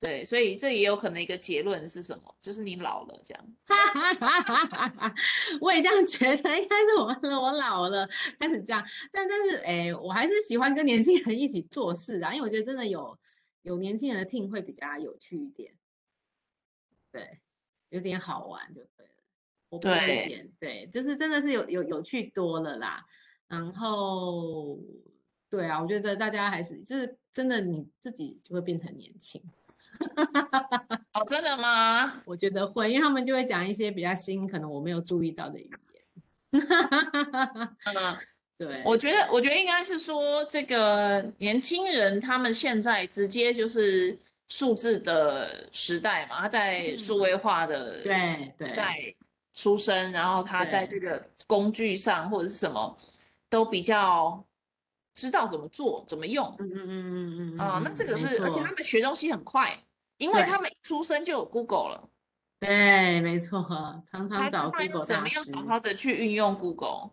[SPEAKER 2] 对，所以这也有可能一个结论是什么？就是你老了这样。
[SPEAKER 1] 哈哈哈哈哈！ 我也这样觉得，应该是我我老了开始这样，但但是哎，我还是喜欢跟年轻人一起做事啊，因为我觉得真的有有年轻人的 team 会比较有趣一点，对，有点好玩就对了，活泼
[SPEAKER 2] 对
[SPEAKER 1] 一点，对，就是真的是有有有趣多了啦。然后，对啊，我觉得大家还是就是真的你自己就会变成年轻。
[SPEAKER 2] 哦，真的吗？
[SPEAKER 1] 我觉得会，因为他们就会讲一些比较新，可能我没有注意到的语言。
[SPEAKER 2] 嗯，
[SPEAKER 1] 对，
[SPEAKER 2] 我觉得，我觉得应该是说，这个年轻人他们现在直接就是数字的时代嘛，他在数位化的
[SPEAKER 1] 嗯对对
[SPEAKER 2] 时代出生，然后他在这个工具上或者是什么都比较知道怎么做、怎么用
[SPEAKER 1] 嗯嗯嗯嗯嗯
[SPEAKER 2] 啊、
[SPEAKER 1] 嗯
[SPEAKER 2] 那这个
[SPEAKER 1] 没
[SPEAKER 2] 是，而且
[SPEAKER 1] 错
[SPEAKER 2] 他们学东西很快，因为
[SPEAKER 1] 对
[SPEAKER 2] 他们一出生就有 Google 了，
[SPEAKER 1] 对，没错，常
[SPEAKER 2] 他
[SPEAKER 1] 常
[SPEAKER 2] 知
[SPEAKER 1] 找
[SPEAKER 2] 道
[SPEAKER 1] Google
[SPEAKER 2] 要怎
[SPEAKER 1] 大
[SPEAKER 2] 么样
[SPEAKER 1] 师。
[SPEAKER 2] 好好的去运用 Google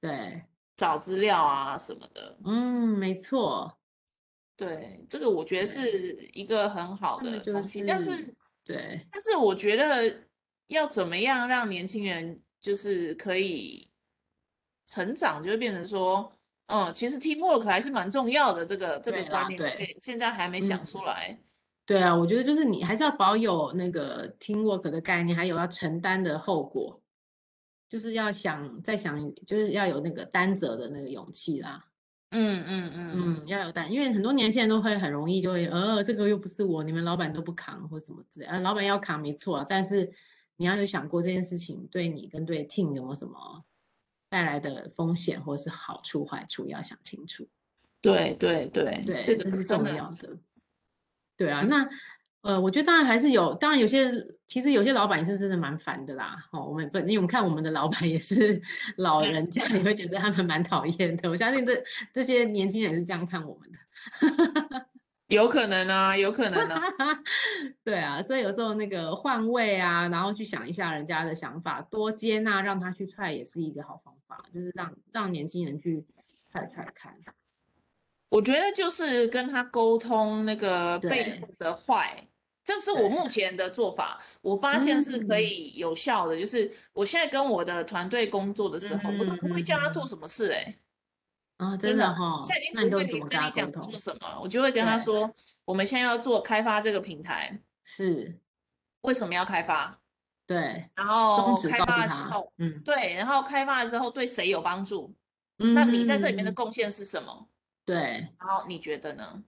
[SPEAKER 1] 对，
[SPEAKER 2] 找资料啊什么的。
[SPEAKER 1] 嗯，没错，
[SPEAKER 2] 对，这个我觉得
[SPEAKER 1] 对
[SPEAKER 2] 是一个很好
[SPEAKER 1] 他们
[SPEAKER 2] 的
[SPEAKER 1] 就
[SPEAKER 2] 东西，但
[SPEAKER 1] 是
[SPEAKER 2] 是
[SPEAKER 1] 对，
[SPEAKER 2] 但是我觉得要怎么样让年轻人就是可以成长，就会变成说，嗯，其实 teamwork 还是蛮重要的，这个这个
[SPEAKER 1] 对
[SPEAKER 2] 观
[SPEAKER 1] 啦
[SPEAKER 2] 念，
[SPEAKER 1] 对，
[SPEAKER 2] 现在还没想
[SPEAKER 1] 嗯
[SPEAKER 2] 出来，
[SPEAKER 1] 对啊，我觉得就是你还是要保有那个 teamwork 的概念，还有要承担的后果，就是要想再想，就是要有那个担责的那个勇气啦。
[SPEAKER 2] 嗯嗯嗯
[SPEAKER 1] 嗯，要有担，因为很多年轻人都会很容易就会，呃，这个又不是我，你们老板都不扛或什么之类，啊，老板要扛没错啊，但是你要有想过这件事情对你跟对 team 有没有什么带来的风险或是好处坏处，要想清楚。
[SPEAKER 2] 对对对，
[SPEAKER 1] 对，
[SPEAKER 2] 这
[SPEAKER 1] 这
[SPEAKER 2] 个
[SPEAKER 1] 是
[SPEAKER 2] 真
[SPEAKER 1] 重
[SPEAKER 2] 的
[SPEAKER 1] 要的。 对啊，
[SPEAKER 2] 嗯
[SPEAKER 1] 那呃，我觉得当然还是有，当然有些其实有些老板也是真的蛮烦的啦。哦，我们不，因为我们看我们的老板也是老
[SPEAKER 2] 嗯
[SPEAKER 1] 人家，你会觉得他们蛮讨厌的。我相信这这些年轻人也是这样看我们的。
[SPEAKER 2] 有可能啊，有可能 啊，
[SPEAKER 1] 对啊，所以有时候那个换位啊，然后去想一下人家的想法，多接纳，让他去踹也是一个好方法，就是让让年轻人去踹踹看。
[SPEAKER 2] 我觉得就是跟他沟通那个背
[SPEAKER 1] 对
[SPEAKER 2] 后的坏，这是我目前的做法，我发现是
[SPEAKER 1] 嗯
[SPEAKER 2] 可以有效的。就是我现在跟我的团队工作的时候，我都不会叫他
[SPEAKER 1] 嗯
[SPEAKER 2] 做什么事、欸，哎、
[SPEAKER 1] 啊，
[SPEAKER 2] 真
[SPEAKER 1] 的哈，
[SPEAKER 2] 现在已经
[SPEAKER 1] 那你
[SPEAKER 2] 不
[SPEAKER 1] 都
[SPEAKER 2] 会
[SPEAKER 1] 怎
[SPEAKER 2] 跟
[SPEAKER 1] 么跟他
[SPEAKER 2] 你
[SPEAKER 1] 沟
[SPEAKER 2] 讲
[SPEAKER 1] 通
[SPEAKER 2] 做？什么，我就会跟他
[SPEAKER 1] 对
[SPEAKER 2] 说，我们现在要做开发这个平台，
[SPEAKER 1] 是，
[SPEAKER 2] 为什么要开发？
[SPEAKER 1] 对，
[SPEAKER 2] 然
[SPEAKER 1] 宗
[SPEAKER 2] 后
[SPEAKER 1] 旨
[SPEAKER 2] 哦开
[SPEAKER 1] 告诉
[SPEAKER 2] 发了之
[SPEAKER 1] 他
[SPEAKER 2] 后，，
[SPEAKER 1] 嗯，
[SPEAKER 2] 对，然后开发了之后对谁有帮助？
[SPEAKER 1] 那
[SPEAKER 2] 那你在这里
[SPEAKER 1] 嗯
[SPEAKER 2] 面的贡献是什么？
[SPEAKER 1] 对，
[SPEAKER 2] 然后你觉得呢？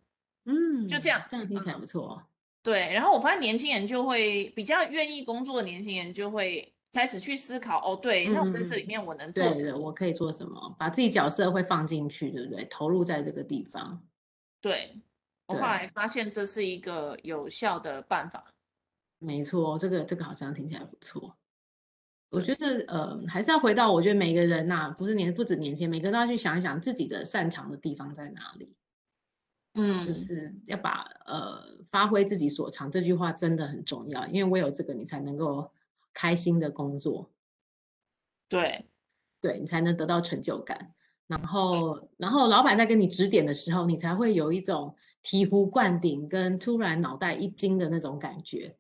[SPEAKER 1] 嗯，
[SPEAKER 2] 就这样
[SPEAKER 1] 这样听起来
[SPEAKER 2] 嗯
[SPEAKER 1] 不错，
[SPEAKER 2] 对，然后我发现年轻人就会比较愿意工作的年轻人就会开始去思考，哦，对，那我在这
[SPEAKER 1] 嗯嗯
[SPEAKER 2] 里
[SPEAKER 1] 嗯
[SPEAKER 2] 面我能做
[SPEAKER 1] 对
[SPEAKER 2] 什
[SPEAKER 1] 的，
[SPEAKER 2] 么？
[SPEAKER 1] 我可以做什么？把自己角色会放进去，对不对？投入在这个地方，
[SPEAKER 2] 对，我后
[SPEAKER 1] 对
[SPEAKER 2] 来发现这是一个有效的办法。
[SPEAKER 1] 没错，这个这个好像听起来不错。我觉得呃，还是要回到我觉得每个人呐、不是年不止年轻，每个人都要去想一想自己的擅长的地方在哪里，就
[SPEAKER 2] 嗯，
[SPEAKER 1] 是要把呃发挥自己所长，这句话真的很重要，因为唯有这个你才能够开心的工作。
[SPEAKER 2] 对，
[SPEAKER 1] 对你才能得到成就感。然后，然后老板在跟你指点的时候，你才会有一种醍醐灌顶跟突然脑袋一惊的那种感觉，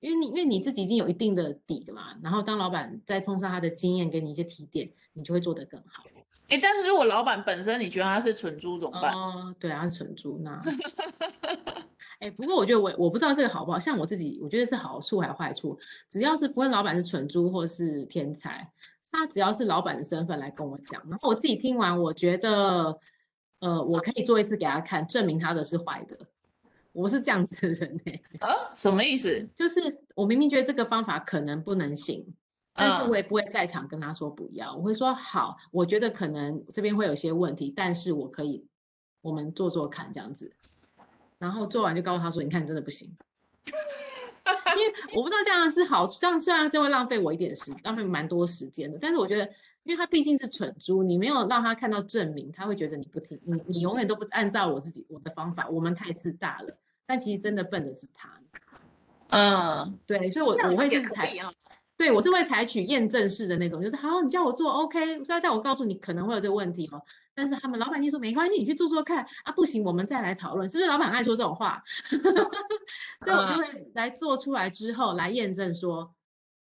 [SPEAKER 1] 因为你因为你自己已经有一定的底了嘛，然后当老板再碰上他的经验，给你一些提点，你就会做得更好。
[SPEAKER 2] 哎，但是如果老板本身你觉得他是蠢猪怎么办？
[SPEAKER 1] 哦，对啊，是蠢猪 那。哎、不过我觉得我我不知道这个好不好，像我自己，我觉得是好处还是坏处。只要是不论老板是蠢猪或是天才，他只要是老板的身份来跟我讲，然后我自己听完，我觉得，呃，我可以做一次给他看，证明他的是坏的。我是这样子的人哎、
[SPEAKER 2] 啊，什么意思？
[SPEAKER 1] 就是我明明觉得这个方法可能不能行，但是
[SPEAKER 2] 嗯
[SPEAKER 1] 我也不会在场跟他说不要，我会说好，我觉得可能这边会有些问题，但是我可以，我们做做看这样子，然后做完就告诉他说，你看真的不行，因为我不知道这样是好，这样虽然这会浪费我一点时，浪费蛮多时间的，但是我觉得。因为他毕竟是蠢猪，你没有让他看到证明，他会觉得你不听，你你永远都不按照我自己我的方法，我们太自大了。但其实真的笨的是他，
[SPEAKER 2] 嗯，
[SPEAKER 1] 对，所以我
[SPEAKER 2] 这样
[SPEAKER 1] 我会
[SPEAKER 2] 也
[SPEAKER 1] 是
[SPEAKER 2] 可
[SPEAKER 1] 采
[SPEAKER 2] 以啊。
[SPEAKER 1] 对，我是会采取验证式的那种，就是好，你叫我做 OK，虽然但我告诉你可能会有这个问题哦，但是他们老板就说没关系，你去做做看啊，不行我们再来讨论，是不是老板很爱说这种话？ 所以我就
[SPEAKER 2] 嗯
[SPEAKER 1] 会来做出来之后来验证说，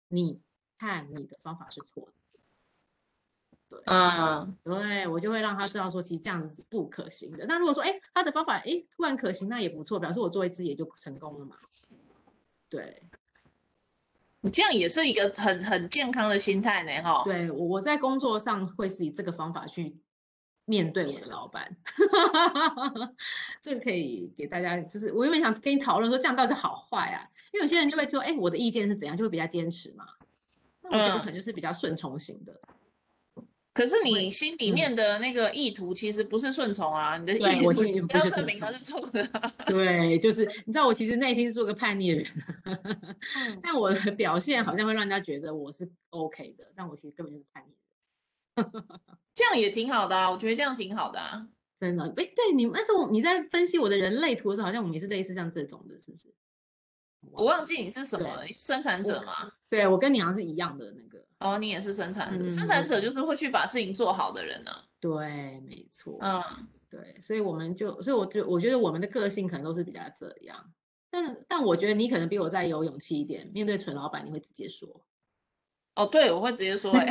[SPEAKER 1] 你看你的方法是错的，
[SPEAKER 2] 嗯，
[SPEAKER 1] 对我就会让他知道说其实这样子是不可行的。那如果说哎他的方法哎突然可行，那也不错，表示我做一次也就成功了嘛，对。
[SPEAKER 2] 你这样也是一个很很健康的心态呢，哈。
[SPEAKER 1] 对，我我在工作上会是以这个方法去面对我的老板， 这个可以给大家，就是我原本想跟你讨论说这样到底是好坏啊，因为有些人就会说，哎，我的意见是怎样，就会比较坚持嘛。那我觉得我可能就是比较顺从型的，
[SPEAKER 2] 可是
[SPEAKER 1] 会
[SPEAKER 2] 你心里
[SPEAKER 1] 嗯
[SPEAKER 2] 面的那个意图其实不是顺从啊，你的
[SPEAKER 1] 对
[SPEAKER 2] 意
[SPEAKER 1] 我
[SPEAKER 2] 图
[SPEAKER 1] 心里
[SPEAKER 2] 不
[SPEAKER 1] 不
[SPEAKER 2] 要
[SPEAKER 1] 是
[SPEAKER 2] 证
[SPEAKER 1] 顺
[SPEAKER 2] 明他
[SPEAKER 1] 从
[SPEAKER 2] 是错的啊。
[SPEAKER 1] 对，就是你知道我其实内心是做个叛逆的人，
[SPEAKER 2] 嗯
[SPEAKER 1] 但我的表现好像会让人家觉得我是 OK 的，但我其实根本就是叛逆的。
[SPEAKER 2] 这样也挺好的啊，我觉得这样挺好的啊。
[SPEAKER 1] 真的，哎，对你那时候你在分析我的人类图的时候，好像我们也是类似像这种的，是不是？
[SPEAKER 2] 我忘记你是什么
[SPEAKER 1] 对
[SPEAKER 2] 了，你是生产者
[SPEAKER 1] 我
[SPEAKER 2] 嘛？
[SPEAKER 1] 对，我跟你好像是一样的那个，
[SPEAKER 2] 哦，你也是生产者，生
[SPEAKER 1] 嗯
[SPEAKER 2] 产者就是会去把事情做好的人呢、
[SPEAKER 1] 对，没错，
[SPEAKER 2] 嗯，
[SPEAKER 1] 对，所以我们就，所以我就我觉得我们的个性可能都是比较这样，但但我觉得你可能比我再有勇气一点，面对蠢老板你会直接说，
[SPEAKER 2] 哦，对，我会直接说、欸，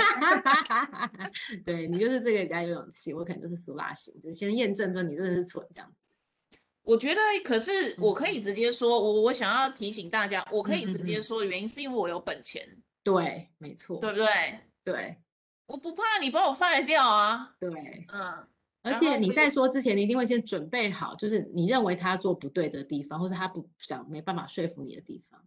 [SPEAKER 1] 对你就是这个比较有勇气，我可能就是俗辣型，就是先验证着你真的是蠢这样子，
[SPEAKER 2] 我觉得可是我可以直接说，我我想要提醒大家，我可以
[SPEAKER 1] 嗯嗯嗯
[SPEAKER 2] 直接
[SPEAKER 1] 嗯
[SPEAKER 2] 说，原因是因为我有本钱，
[SPEAKER 1] 对，没错，
[SPEAKER 2] 对不对？
[SPEAKER 1] 对
[SPEAKER 2] 我不怕你把我 fire 掉啊，
[SPEAKER 1] 对，
[SPEAKER 2] 嗯，
[SPEAKER 1] 而
[SPEAKER 2] 然
[SPEAKER 1] 且
[SPEAKER 2] 后
[SPEAKER 1] 你
[SPEAKER 2] 我
[SPEAKER 1] 在说之前，你一定会先准备好，就是你认为他做不对的地方，或是他不想没办法说服你的地方。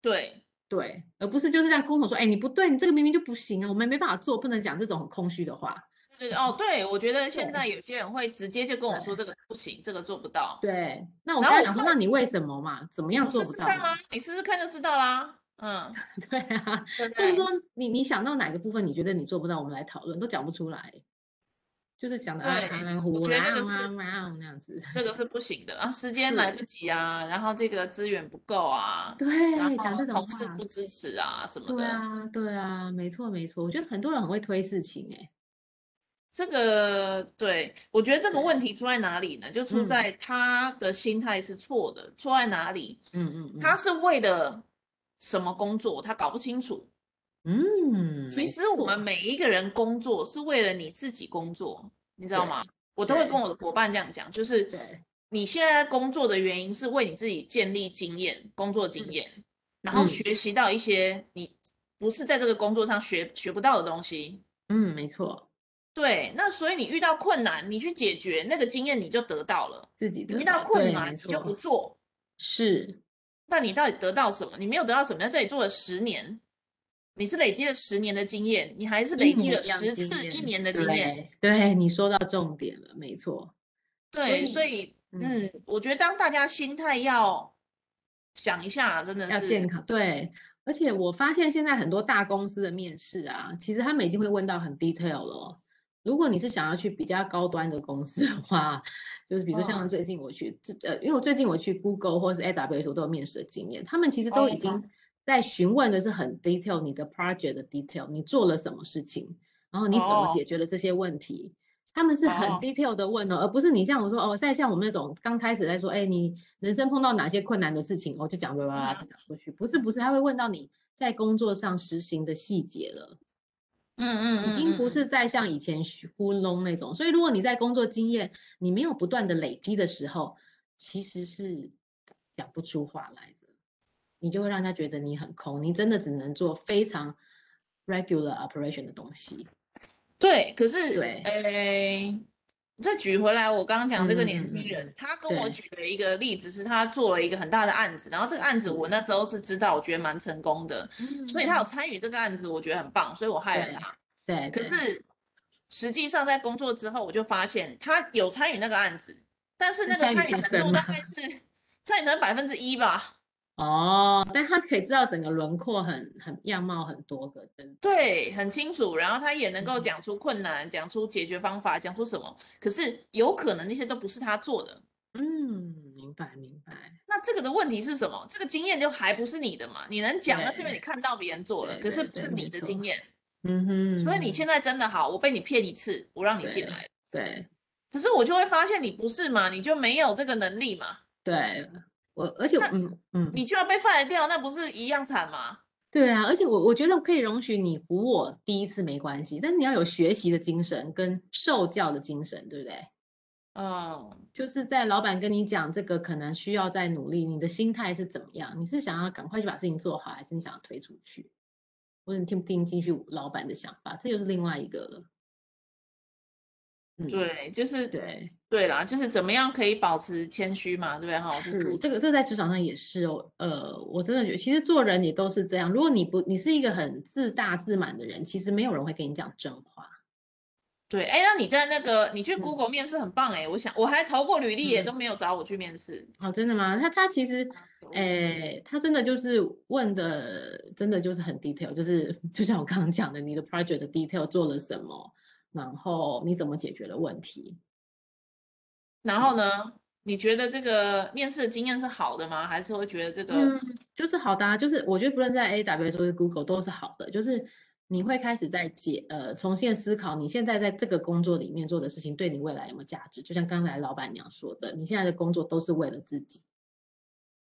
[SPEAKER 2] 对，
[SPEAKER 1] 对，而不是就是这样空口说，哎，你不对，你这个明明就不行啊，我们没办法做，不能讲这种很空虚的话。
[SPEAKER 2] 对对哦，对，我觉得现
[SPEAKER 1] 对
[SPEAKER 2] 在有些人会直接就跟我
[SPEAKER 1] 对
[SPEAKER 2] 说这个不行，这个做不到，
[SPEAKER 1] 对，那我
[SPEAKER 2] 然
[SPEAKER 1] 跟他
[SPEAKER 2] 后
[SPEAKER 1] 讲
[SPEAKER 2] 我
[SPEAKER 1] 说，那你为什么嘛？怎么样
[SPEAKER 2] 你
[SPEAKER 1] 做
[SPEAKER 2] 试
[SPEAKER 1] 不
[SPEAKER 2] 试
[SPEAKER 1] 到
[SPEAKER 2] 看
[SPEAKER 1] 嘛？
[SPEAKER 2] 啊，你试试看就知道啦，嗯，
[SPEAKER 1] 对啊，
[SPEAKER 2] 对 不
[SPEAKER 1] 或者
[SPEAKER 2] 对？
[SPEAKER 1] 说你你想到哪个部分，你觉得你做不到，我们来讨论，都讲不出来，就是讲的含
[SPEAKER 2] 对
[SPEAKER 1] 含糊
[SPEAKER 2] 我
[SPEAKER 1] 糊
[SPEAKER 2] 觉得
[SPEAKER 1] 啦
[SPEAKER 2] 这个
[SPEAKER 1] 啦
[SPEAKER 2] 是
[SPEAKER 1] 啦那样子。
[SPEAKER 2] 这个是不行的啊，时间来
[SPEAKER 1] 是
[SPEAKER 2] 不及啊，然后这个资源不够啊，然
[SPEAKER 1] 对，讲
[SPEAKER 2] 后
[SPEAKER 1] 这种
[SPEAKER 2] 同事
[SPEAKER 1] 话
[SPEAKER 2] 不，支持啊什么
[SPEAKER 1] 对
[SPEAKER 2] 的，
[SPEAKER 1] 欸啊，对啊，没错没错，我觉得很多人很会推事情，哎，
[SPEAKER 2] 这个对我觉得这个问题出在哪里呢？就出
[SPEAKER 1] 嗯
[SPEAKER 2] 在他的心态是错的，出在哪里？
[SPEAKER 1] 嗯嗯，
[SPEAKER 2] 他是为了什么工作？他搞不清楚。
[SPEAKER 1] 嗯，
[SPEAKER 2] 其
[SPEAKER 1] 没
[SPEAKER 2] 实我们
[SPEAKER 1] 错
[SPEAKER 2] 每一个人工作是为了你自己工作，你知道
[SPEAKER 1] 对
[SPEAKER 2] 吗？我都会
[SPEAKER 1] 对
[SPEAKER 2] 跟我的伙伴这样讲，就是
[SPEAKER 1] 对
[SPEAKER 2] 你现在工作的原因是为你自己建立经验、工作经验，然后
[SPEAKER 1] 嗯
[SPEAKER 2] 学习到一些你不是在这个工作上学学不到的东西。
[SPEAKER 1] 嗯，没错，
[SPEAKER 2] 对，那所以你遇到困难，你去解决那个经验，你就得到了；
[SPEAKER 1] 自己
[SPEAKER 2] 你
[SPEAKER 1] 得
[SPEAKER 2] 遇到
[SPEAKER 1] 到
[SPEAKER 2] 困
[SPEAKER 1] 对
[SPEAKER 2] 难，
[SPEAKER 1] 没
[SPEAKER 2] 你就不
[SPEAKER 1] 错
[SPEAKER 2] 做。
[SPEAKER 1] 是，
[SPEAKER 2] 那你到底得到什么？你没有得到什么，在这里做了十年，你是累积了十年的经验，你还是累
[SPEAKER 1] 一
[SPEAKER 2] 积
[SPEAKER 1] 模
[SPEAKER 2] 了
[SPEAKER 1] 一样
[SPEAKER 2] 十
[SPEAKER 1] 经
[SPEAKER 2] 次一
[SPEAKER 1] 验
[SPEAKER 2] 年的经验。
[SPEAKER 1] 对对，你说到重点了，没错，
[SPEAKER 2] 对，所
[SPEAKER 1] 以
[SPEAKER 2] 以嗯，我觉得当大家心态要想一下，真的
[SPEAKER 1] 要
[SPEAKER 2] 呃是
[SPEAKER 1] 健康，对。而且我发现现在很多大公司的面试啊，其实他们已经会问到很 detail 了哦。如果你是想要去比较高端的公司的话，就是比如说
[SPEAKER 2] 哇
[SPEAKER 1] 像最近我去，这呃，因为我最近我去 Google 或是 AWS，我都有面试的经验，他们其实都已
[SPEAKER 2] 哦
[SPEAKER 1] 经在询问的是很 detail 你的 project 的 detail，你做了什么事情，然后你怎么
[SPEAKER 2] 哦
[SPEAKER 1] 解决了这些问题。他们是很
[SPEAKER 2] 哦
[SPEAKER 1] detail 的问哦，而不是你像我说哦，在像我们那种刚开始在说，哎，你人生碰到哪些困难的事情，哦我、就讲啦
[SPEAKER 2] 嗯
[SPEAKER 1] 啦啦就讲过去，不是不是，他会问到你在工作上实行的细节了，
[SPEAKER 2] 嗯嗯，
[SPEAKER 1] 已
[SPEAKER 2] 嗯
[SPEAKER 1] 经不
[SPEAKER 2] 嗯
[SPEAKER 1] 是再像以前虚糊弄那种。所以如果你在工作经验你没有不断的累积的时候，其实是讲不出话来的，你就会让人家觉得你很空，你真的只能做非常 regular operation 的东西。
[SPEAKER 2] 对，可是
[SPEAKER 1] 对
[SPEAKER 2] 诶，再举回来，我刚刚讲这个
[SPEAKER 1] 嗯嗯
[SPEAKER 2] 年
[SPEAKER 1] 嗯
[SPEAKER 2] 轻
[SPEAKER 1] 嗯
[SPEAKER 2] 人，他跟我
[SPEAKER 1] 对
[SPEAKER 2] 举了一个例子，是他做了一个很大的案子，然后这个案子我那时候是知道，我觉得蛮成功的，所以他有
[SPEAKER 1] 嗯
[SPEAKER 2] 参与这个案子，我觉得很棒，所以我害
[SPEAKER 1] 对
[SPEAKER 2] 了他。
[SPEAKER 1] 对，
[SPEAKER 2] 可
[SPEAKER 1] 对
[SPEAKER 2] 是实际上在工作之后，我就发现他有参与那个案子，但是那个
[SPEAKER 1] 参与
[SPEAKER 2] 参与
[SPEAKER 1] 不
[SPEAKER 2] 程
[SPEAKER 1] 深
[SPEAKER 2] 度
[SPEAKER 1] 吗
[SPEAKER 2] 大概是参与程度百分之一吧。
[SPEAKER 1] 哦，但他可以知道整个轮廓很很样貌很多个，对不对？
[SPEAKER 2] 对，很清楚，然后他也能够
[SPEAKER 1] 嗯
[SPEAKER 2] 讲出困难，讲出解决方法，讲出什么。可是有可能那些都不是他做的，
[SPEAKER 1] 嗯，明白明白，
[SPEAKER 2] 那这个的问题是什么？这个经验就还不是你的嘛？你能讲，那是因为你看到别人做了，
[SPEAKER 1] 对
[SPEAKER 2] 可是
[SPEAKER 1] 对
[SPEAKER 2] 不是
[SPEAKER 1] 对没
[SPEAKER 2] 你的
[SPEAKER 1] 错
[SPEAKER 2] 经验。
[SPEAKER 1] 嗯哼，
[SPEAKER 2] 所以你现在真的好，我被你骗一次，我让你进
[SPEAKER 1] 对
[SPEAKER 2] 来了，
[SPEAKER 1] 对
[SPEAKER 2] 可是我就会发现你不是嘛，你就没有这个能力嘛，
[SPEAKER 1] 对，我而且
[SPEAKER 2] 那
[SPEAKER 1] 嗯嗯，
[SPEAKER 2] 你就要被 fire 掉，那不是一样惨吗？
[SPEAKER 1] 对啊，而且我我觉得可以容许你唬我第一次没关系，但你要有学习的精神跟受教的精神，对不对？
[SPEAKER 2] 嗯，
[SPEAKER 1] 就是在老板跟你讲这个可能需要再努力，你的心态是怎么样？你是想要赶快去把事情做好，还是你想要推出去？或者你听不听进去老板的想法，这又是另外一个了。嗯，
[SPEAKER 2] 对，就是
[SPEAKER 1] 对，
[SPEAKER 2] 对啦，就是怎么样可以保持谦虚嘛，对不对？哈，就是是
[SPEAKER 1] 这个，这个在职场上也是哦。呃，我真的觉得，其实做人也都是这样。如果你不，你是一个很自大自满的人，其实没有人会跟你讲真话。
[SPEAKER 2] 对，哎，那你在那个你去
[SPEAKER 1] 嗯
[SPEAKER 2] Google 面试很棒哎，我想我还投过履历耶，
[SPEAKER 1] 嗯
[SPEAKER 2] 都没有找我去面试。
[SPEAKER 1] 哦，真的吗？他他其实，
[SPEAKER 2] 有
[SPEAKER 1] 诶，他真的就是问的，真的就是很 detail，就是 就像我刚刚讲的，你的 project 的 detail 做了什么，然后你怎么解决了问题。
[SPEAKER 2] 然后呢，你觉得这个面试的经验是好的吗？还是会觉得这个
[SPEAKER 1] 嗯，就是好的啊，就是我觉得不论在 AWS 或是 Google 都是好的，就是你会开始在解呃重新思考你现在在这个工作里面做的事情对你未来有没有价值。就像刚才老板娘说的，你现在的工作都是为了自己，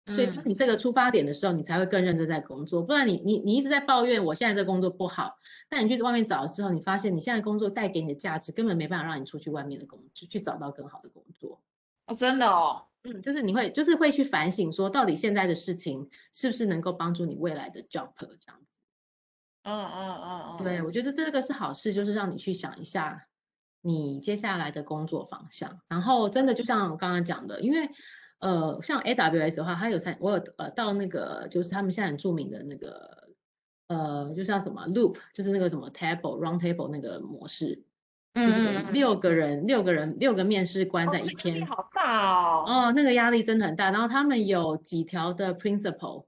[SPEAKER 1] 所以当
[SPEAKER 2] 嗯
[SPEAKER 1] 你这个出发点的时候，你才会更认真在工作。不然你你你一直在抱怨我现在这工作不好，但你去外面找了之后，你发现你现在工作带给你的价值根本没办法让你出去外面的工去去找到更好的工作。
[SPEAKER 2] 哦，真的哦，
[SPEAKER 1] 嗯，就是你会，就是会去反省说，到底现在的事情是不是能够帮助你未来的 job 这样子。
[SPEAKER 2] 嗯嗯嗯嗯，
[SPEAKER 1] 对，我觉得这个是好事，就是让你去想一下你接下来的工作方向。然后真的就像我刚刚讲的，因为呃，像 AWS 的话，它有参，我有呃到那个就是他们现在很著名的那个呃，就像什么 Loop，就是那个什么 Table Round Table 那个模式，
[SPEAKER 2] 嗯
[SPEAKER 1] 就是有
[SPEAKER 2] 嗯嗯
[SPEAKER 1] 六个人，六个人，六个面试官
[SPEAKER 2] 哦
[SPEAKER 1] 在
[SPEAKER 2] 所
[SPEAKER 1] 一
[SPEAKER 2] 以压力
[SPEAKER 1] 天。
[SPEAKER 2] 好大哦，
[SPEAKER 1] 哦，那个压力真的很大。然后他们有几条的 principle，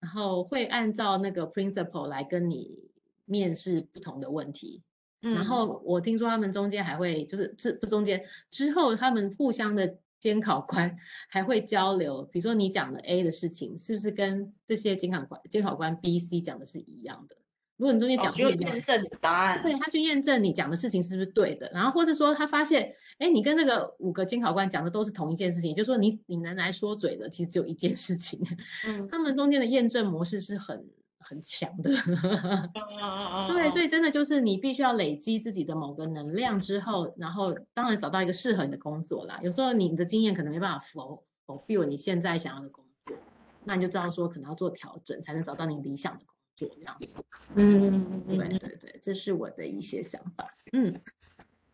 [SPEAKER 1] 然后会按照那个 principle 来跟你面试不同的问题。然
[SPEAKER 2] 嗯
[SPEAKER 1] 后我听说他们中间还会，就是之不中间之后，他们互相的监考官还会交流，比如说你讲的 A 的事情，是不是跟这些监考官监考官 B、C 讲的是一样的？如果你中间讲
[SPEAKER 2] 哦就
[SPEAKER 1] 错
[SPEAKER 2] 会
[SPEAKER 1] 一段
[SPEAKER 2] 验证你的答案。
[SPEAKER 1] 对他去验证你讲的事情是不是对的，然后或是说他发现，哎，你跟那个五个监考官讲的都是同一件事情，也就是说你你能来说嘴的其实只有一件事情，
[SPEAKER 2] 嗯，
[SPEAKER 1] 他们中间的验证模式是很很强的。
[SPEAKER 2] 嗯
[SPEAKER 1] 对，所
[SPEAKER 2] 以
[SPEAKER 1] 以真的就是你必须要累积自己的某个能量之后，然后当然找到一个适合你的工作啦。有时候你的经验可能没办法 fulfill fulfill 你现在想要的工作，那你就知道说可能要做调整，才能找到你理想的工作这样子。
[SPEAKER 2] 嗯，
[SPEAKER 1] 对
[SPEAKER 2] 对，
[SPEAKER 1] 对对，这是我的一些想法。嗯。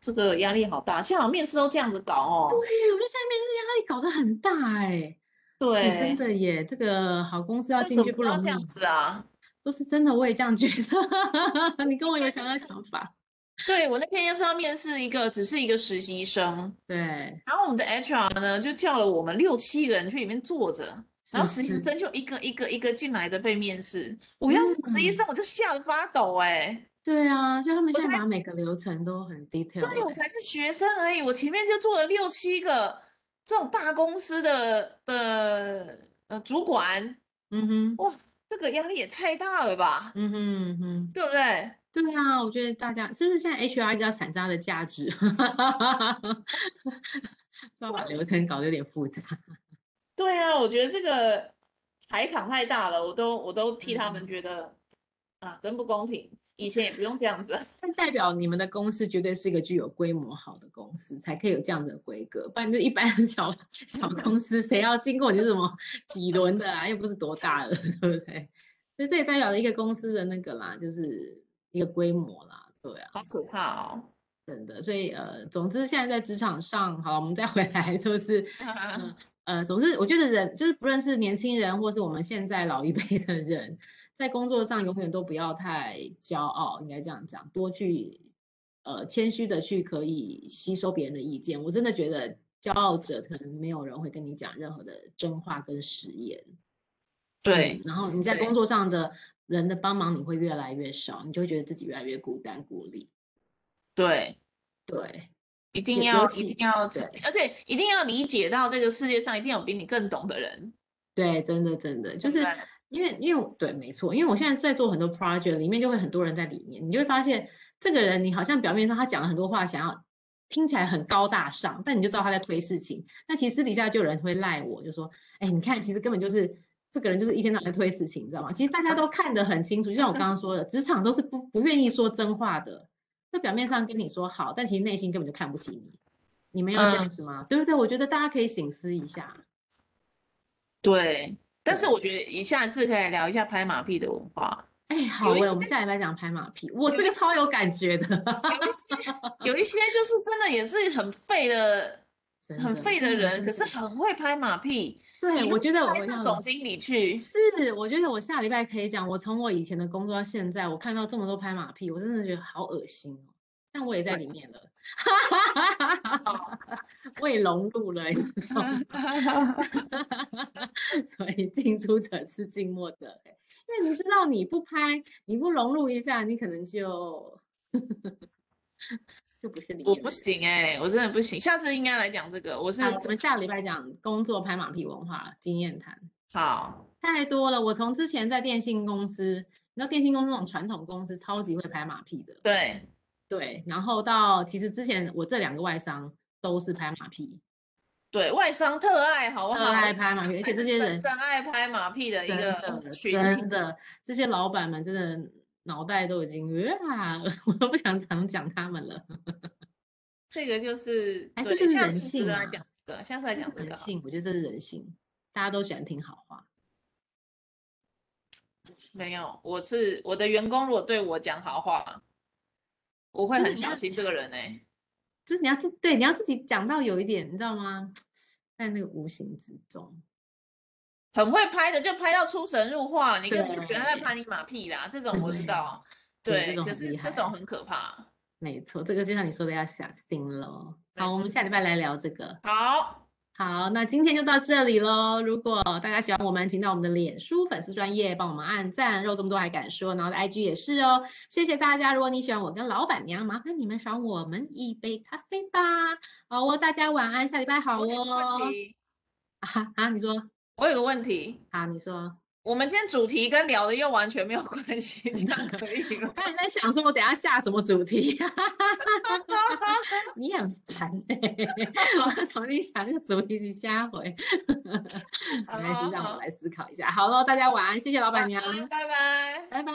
[SPEAKER 2] 这个压力好大，现在好像面试都这样子搞哦。
[SPEAKER 1] 对，我觉得现在面试压力搞得很大哎、
[SPEAKER 2] 对，
[SPEAKER 1] 哎真的耶，这个好公司要
[SPEAKER 2] 为什
[SPEAKER 1] 进
[SPEAKER 2] 么
[SPEAKER 1] 去不
[SPEAKER 2] 要
[SPEAKER 1] 容
[SPEAKER 2] 这样
[SPEAKER 1] 易，
[SPEAKER 2] 子啊？
[SPEAKER 1] 都是真的，我也这样觉得。 你跟我有相样的想法，
[SPEAKER 2] 对我那天就是要面试一个，只是一个实习生，
[SPEAKER 1] 对，
[SPEAKER 2] 然后我们的 HR 呢就叫了我们六七个人去里面坐着，然后
[SPEAKER 1] 是
[SPEAKER 2] 实习
[SPEAKER 1] 是
[SPEAKER 2] 生就一个一个一个进来的被面试。我要是实习
[SPEAKER 1] 嗯
[SPEAKER 2] 生，我就吓得发抖哎、
[SPEAKER 1] 对啊，就他们
[SPEAKER 2] 我
[SPEAKER 1] 现在
[SPEAKER 2] 才
[SPEAKER 1] 把每个流程都很 detail，
[SPEAKER 2] 对，我
[SPEAKER 1] 欸
[SPEAKER 2] 才是学生而已，我前面就做了六七个这种大公司的的呃主管，
[SPEAKER 1] 嗯哼，
[SPEAKER 2] 哇，这个压力也太大了吧，
[SPEAKER 1] 嗯哼嗯哼，
[SPEAKER 2] 对不对？
[SPEAKER 1] 对啊，我觉得大家是不是现在 HR 一直要产生它的价值， 要把流程搞得有点复杂。
[SPEAKER 2] 对啊，我觉得这个排场太大了，我都我都替他们
[SPEAKER 1] 嗯
[SPEAKER 2] 觉得啊，真不公平。以前也不用这样子，
[SPEAKER 1] 但代表你们的公司绝对是一个具有规模好的公司，才可以有这样子的规格，不然就一般小小公司，谁要经过你这么几轮的啊？又不是多大的， 对不对？所以这也代表了一个公司的那个啦，就是一个规模啦，对啊，
[SPEAKER 2] 好可怕哦。
[SPEAKER 1] 真的。所以呃，总之现在在职场上，好，我们再回来就是嗯呃，总之，我觉得人就是不论是年轻人，或是我们现在老一辈的人，在工作上永远都不要太骄傲，应该这样讲，多去呃谦虚的去可以吸收别人的意见。我真的觉得骄傲者可能没有人会跟你讲任何的真话跟实言。
[SPEAKER 2] 对
[SPEAKER 1] 嗯，然后你在工
[SPEAKER 2] 对
[SPEAKER 1] 作上的人的帮忙你会越来越少，你就会觉得自己越来越孤单孤立。
[SPEAKER 2] 对，
[SPEAKER 1] 对，
[SPEAKER 2] 一定
[SPEAKER 1] 尤
[SPEAKER 2] 要
[SPEAKER 1] 其
[SPEAKER 2] 一定要
[SPEAKER 1] 对，
[SPEAKER 2] 而且一定要理解到这个世界上一定有比你更懂的人，
[SPEAKER 1] 对，真的真的就
[SPEAKER 2] 对不
[SPEAKER 1] 是
[SPEAKER 2] 对
[SPEAKER 1] 因为因为我对，没错，因为我现在在做很多 project，里面就会很多人在里面，你就会发现这个人，你好像表面上他讲了很多话，想要听起来很高大上，但你就知道他在推事情。那其实私底下就有人会赖我，就说：“哎，你看，其实根本就是这个人就是一天到晚在推事情，你知道吗？”其实大家都看得很清楚，就像我刚刚说的，职场都是不不愿意说真话的，就表面上跟你说好，但其实内心根本就看不起你。你们要这样子吗？对不对？我觉得大家可以醒思一下。
[SPEAKER 2] 对。但是
[SPEAKER 1] 对
[SPEAKER 2] 我觉得一下次可以聊一下拍马屁的文 化，
[SPEAKER 1] 哎，好
[SPEAKER 2] 一
[SPEAKER 1] 喂，我
[SPEAKER 2] 些
[SPEAKER 1] 们下礼拜讲拍马屁，我
[SPEAKER 2] 有
[SPEAKER 1] 这
[SPEAKER 2] 一
[SPEAKER 1] 个超有感觉的，
[SPEAKER 2] 有一些就是真的也是很废的、
[SPEAKER 1] 真
[SPEAKER 2] 很
[SPEAKER 1] 的
[SPEAKER 2] 废的
[SPEAKER 1] 真
[SPEAKER 2] 人，
[SPEAKER 1] 真
[SPEAKER 2] 可是
[SPEAKER 1] 的
[SPEAKER 2] 很会拍马屁，
[SPEAKER 1] 对，
[SPEAKER 2] 一
[SPEAKER 1] 我
[SPEAKER 2] 路
[SPEAKER 1] 觉得我
[SPEAKER 2] 拍
[SPEAKER 1] 们
[SPEAKER 2] 到
[SPEAKER 1] 要
[SPEAKER 2] 总经理去。
[SPEAKER 1] 是，我觉得我下礼拜可以讲，我从我以前的工作到现在，我看到这么多拍马屁，我真的觉得好恶心哦。但我也在里面了，
[SPEAKER 2] 哦
[SPEAKER 1] 我也融入了， 你知道吗？所以近朱者赤，近墨者黑。因为你知道，你不拍，你不融入一下，你可能就 就不 是里
[SPEAKER 2] 我
[SPEAKER 1] 面
[SPEAKER 2] 不
[SPEAKER 1] 的人。
[SPEAKER 2] 行哎、我真的不行，下次应该来讲这个。我是
[SPEAKER 1] 好，我
[SPEAKER 2] 真
[SPEAKER 1] 们下礼拜讲工作拍马屁文化经验谈，
[SPEAKER 2] 好，
[SPEAKER 1] 太多了。我从之前在电信公司，你知道电信公司那种传统公司超级会拍马屁的，
[SPEAKER 2] 对
[SPEAKER 1] 对。然后到其实之前我这两个外商都是拍马屁，
[SPEAKER 2] 对，外商特爱好不
[SPEAKER 1] 特
[SPEAKER 2] 好？
[SPEAKER 1] 爱拍马屁，而且这些人
[SPEAKER 2] 真正爱拍马屁的一
[SPEAKER 1] 真
[SPEAKER 2] 个
[SPEAKER 1] 的
[SPEAKER 2] 群体
[SPEAKER 1] 真。的，这些老板们真的脑袋都已经啊， 我都不想常讲他们了，
[SPEAKER 2] 这个就是
[SPEAKER 1] 还是
[SPEAKER 2] 对
[SPEAKER 1] 这是
[SPEAKER 2] 下
[SPEAKER 1] 人
[SPEAKER 2] 次值
[SPEAKER 1] 性
[SPEAKER 2] 得来
[SPEAKER 1] 啊
[SPEAKER 2] 讲这个，下次来讲这
[SPEAKER 1] 人
[SPEAKER 2] 个啊好。
[SPEAKER 1] 性，我觉得这是人性，大家都喜欢听好话。
[SPEAKER 2] 没有，我是我的员工，如果对我讲好话，我会
[SPEAKER 1] 真的
[SPEAKER 2] 很
[SPEAKER 1] 你
[SPEAKER 2] 小
[SPEAKER 1] 要
[SPEAKER 2] 心这个人哎、
[SPEAKER 1] 就是你要自对，你要自己讲到有一点，你知道吗？在那个无形之中，
[SPEAKER 2] 很会拍的，就拍到出神入化，你根本就觉得他在
[SPEAKER 1] 对
[SPEAKER 2] 拍你马屁啦。这种我知
[SPEAKER 1] 对
[SPEAKER 2] 道，啊
[SPEAKER 1] 对这
[SPEAKER 2] 对，
[SPEAKER 1] 种
[SPEAKER 2] 可
[SPEAKER 1] 很
[SPEAKER 2] 是
[SPEAKER 1] 厉
[SPEAKER 2] 这种
[SPEAKER 1] 害
[SPEAKER 2] 很可怕。
[SPEAKER 1] 没错，这个就像你说的要小心喽。
[SPEAKER 2] 没
[SPEAKER 1] 好，我们
[SPEAKER 2] 错
[SPEAKER 1] 下礼拜来聊这个。
[SPEAKER 2] 好，
[SPEAKER 1] 好，那今天就到这里喽。如果大家喜欢我们，请到我们的脸书粉丝专业帮我们按赞，肉这么多还敢说，然后的 IG 也是哦。谢谢大家，如果你喜欢我跟老板娘，麻烦你们赏我们一杯咖啡吧。好哦，大家晚安，下礼拜好
[SPEAKER 2] 我有个
[SPEAKER 1] 哦
[SPEAKER 2] 问。题，
[SPEAKER 1] 啊啊，你说，啊
[SPEAKER 2] 我有个问题，
[SPEAKER 1] 好，你说，
[SPEAKER 2] 我们今天主题跟聊的又完全没有关系，这样可以吗
[SPEAKER 1] 我？刚才在想说，我等一下下什么主题、啊？你很烦 哎、我要重新想这个主题是下回。 没关系，
[SPEAKER 2] 好
[SPEAKER 1] 让
[SPEAKER 2] 好
[SPEAKER 1] 我来思考一下。好喽，大家晚安，谢谢老板娘，
[SPEAKER 2] 拜拜。
[SPEAKER 1] 拜拜。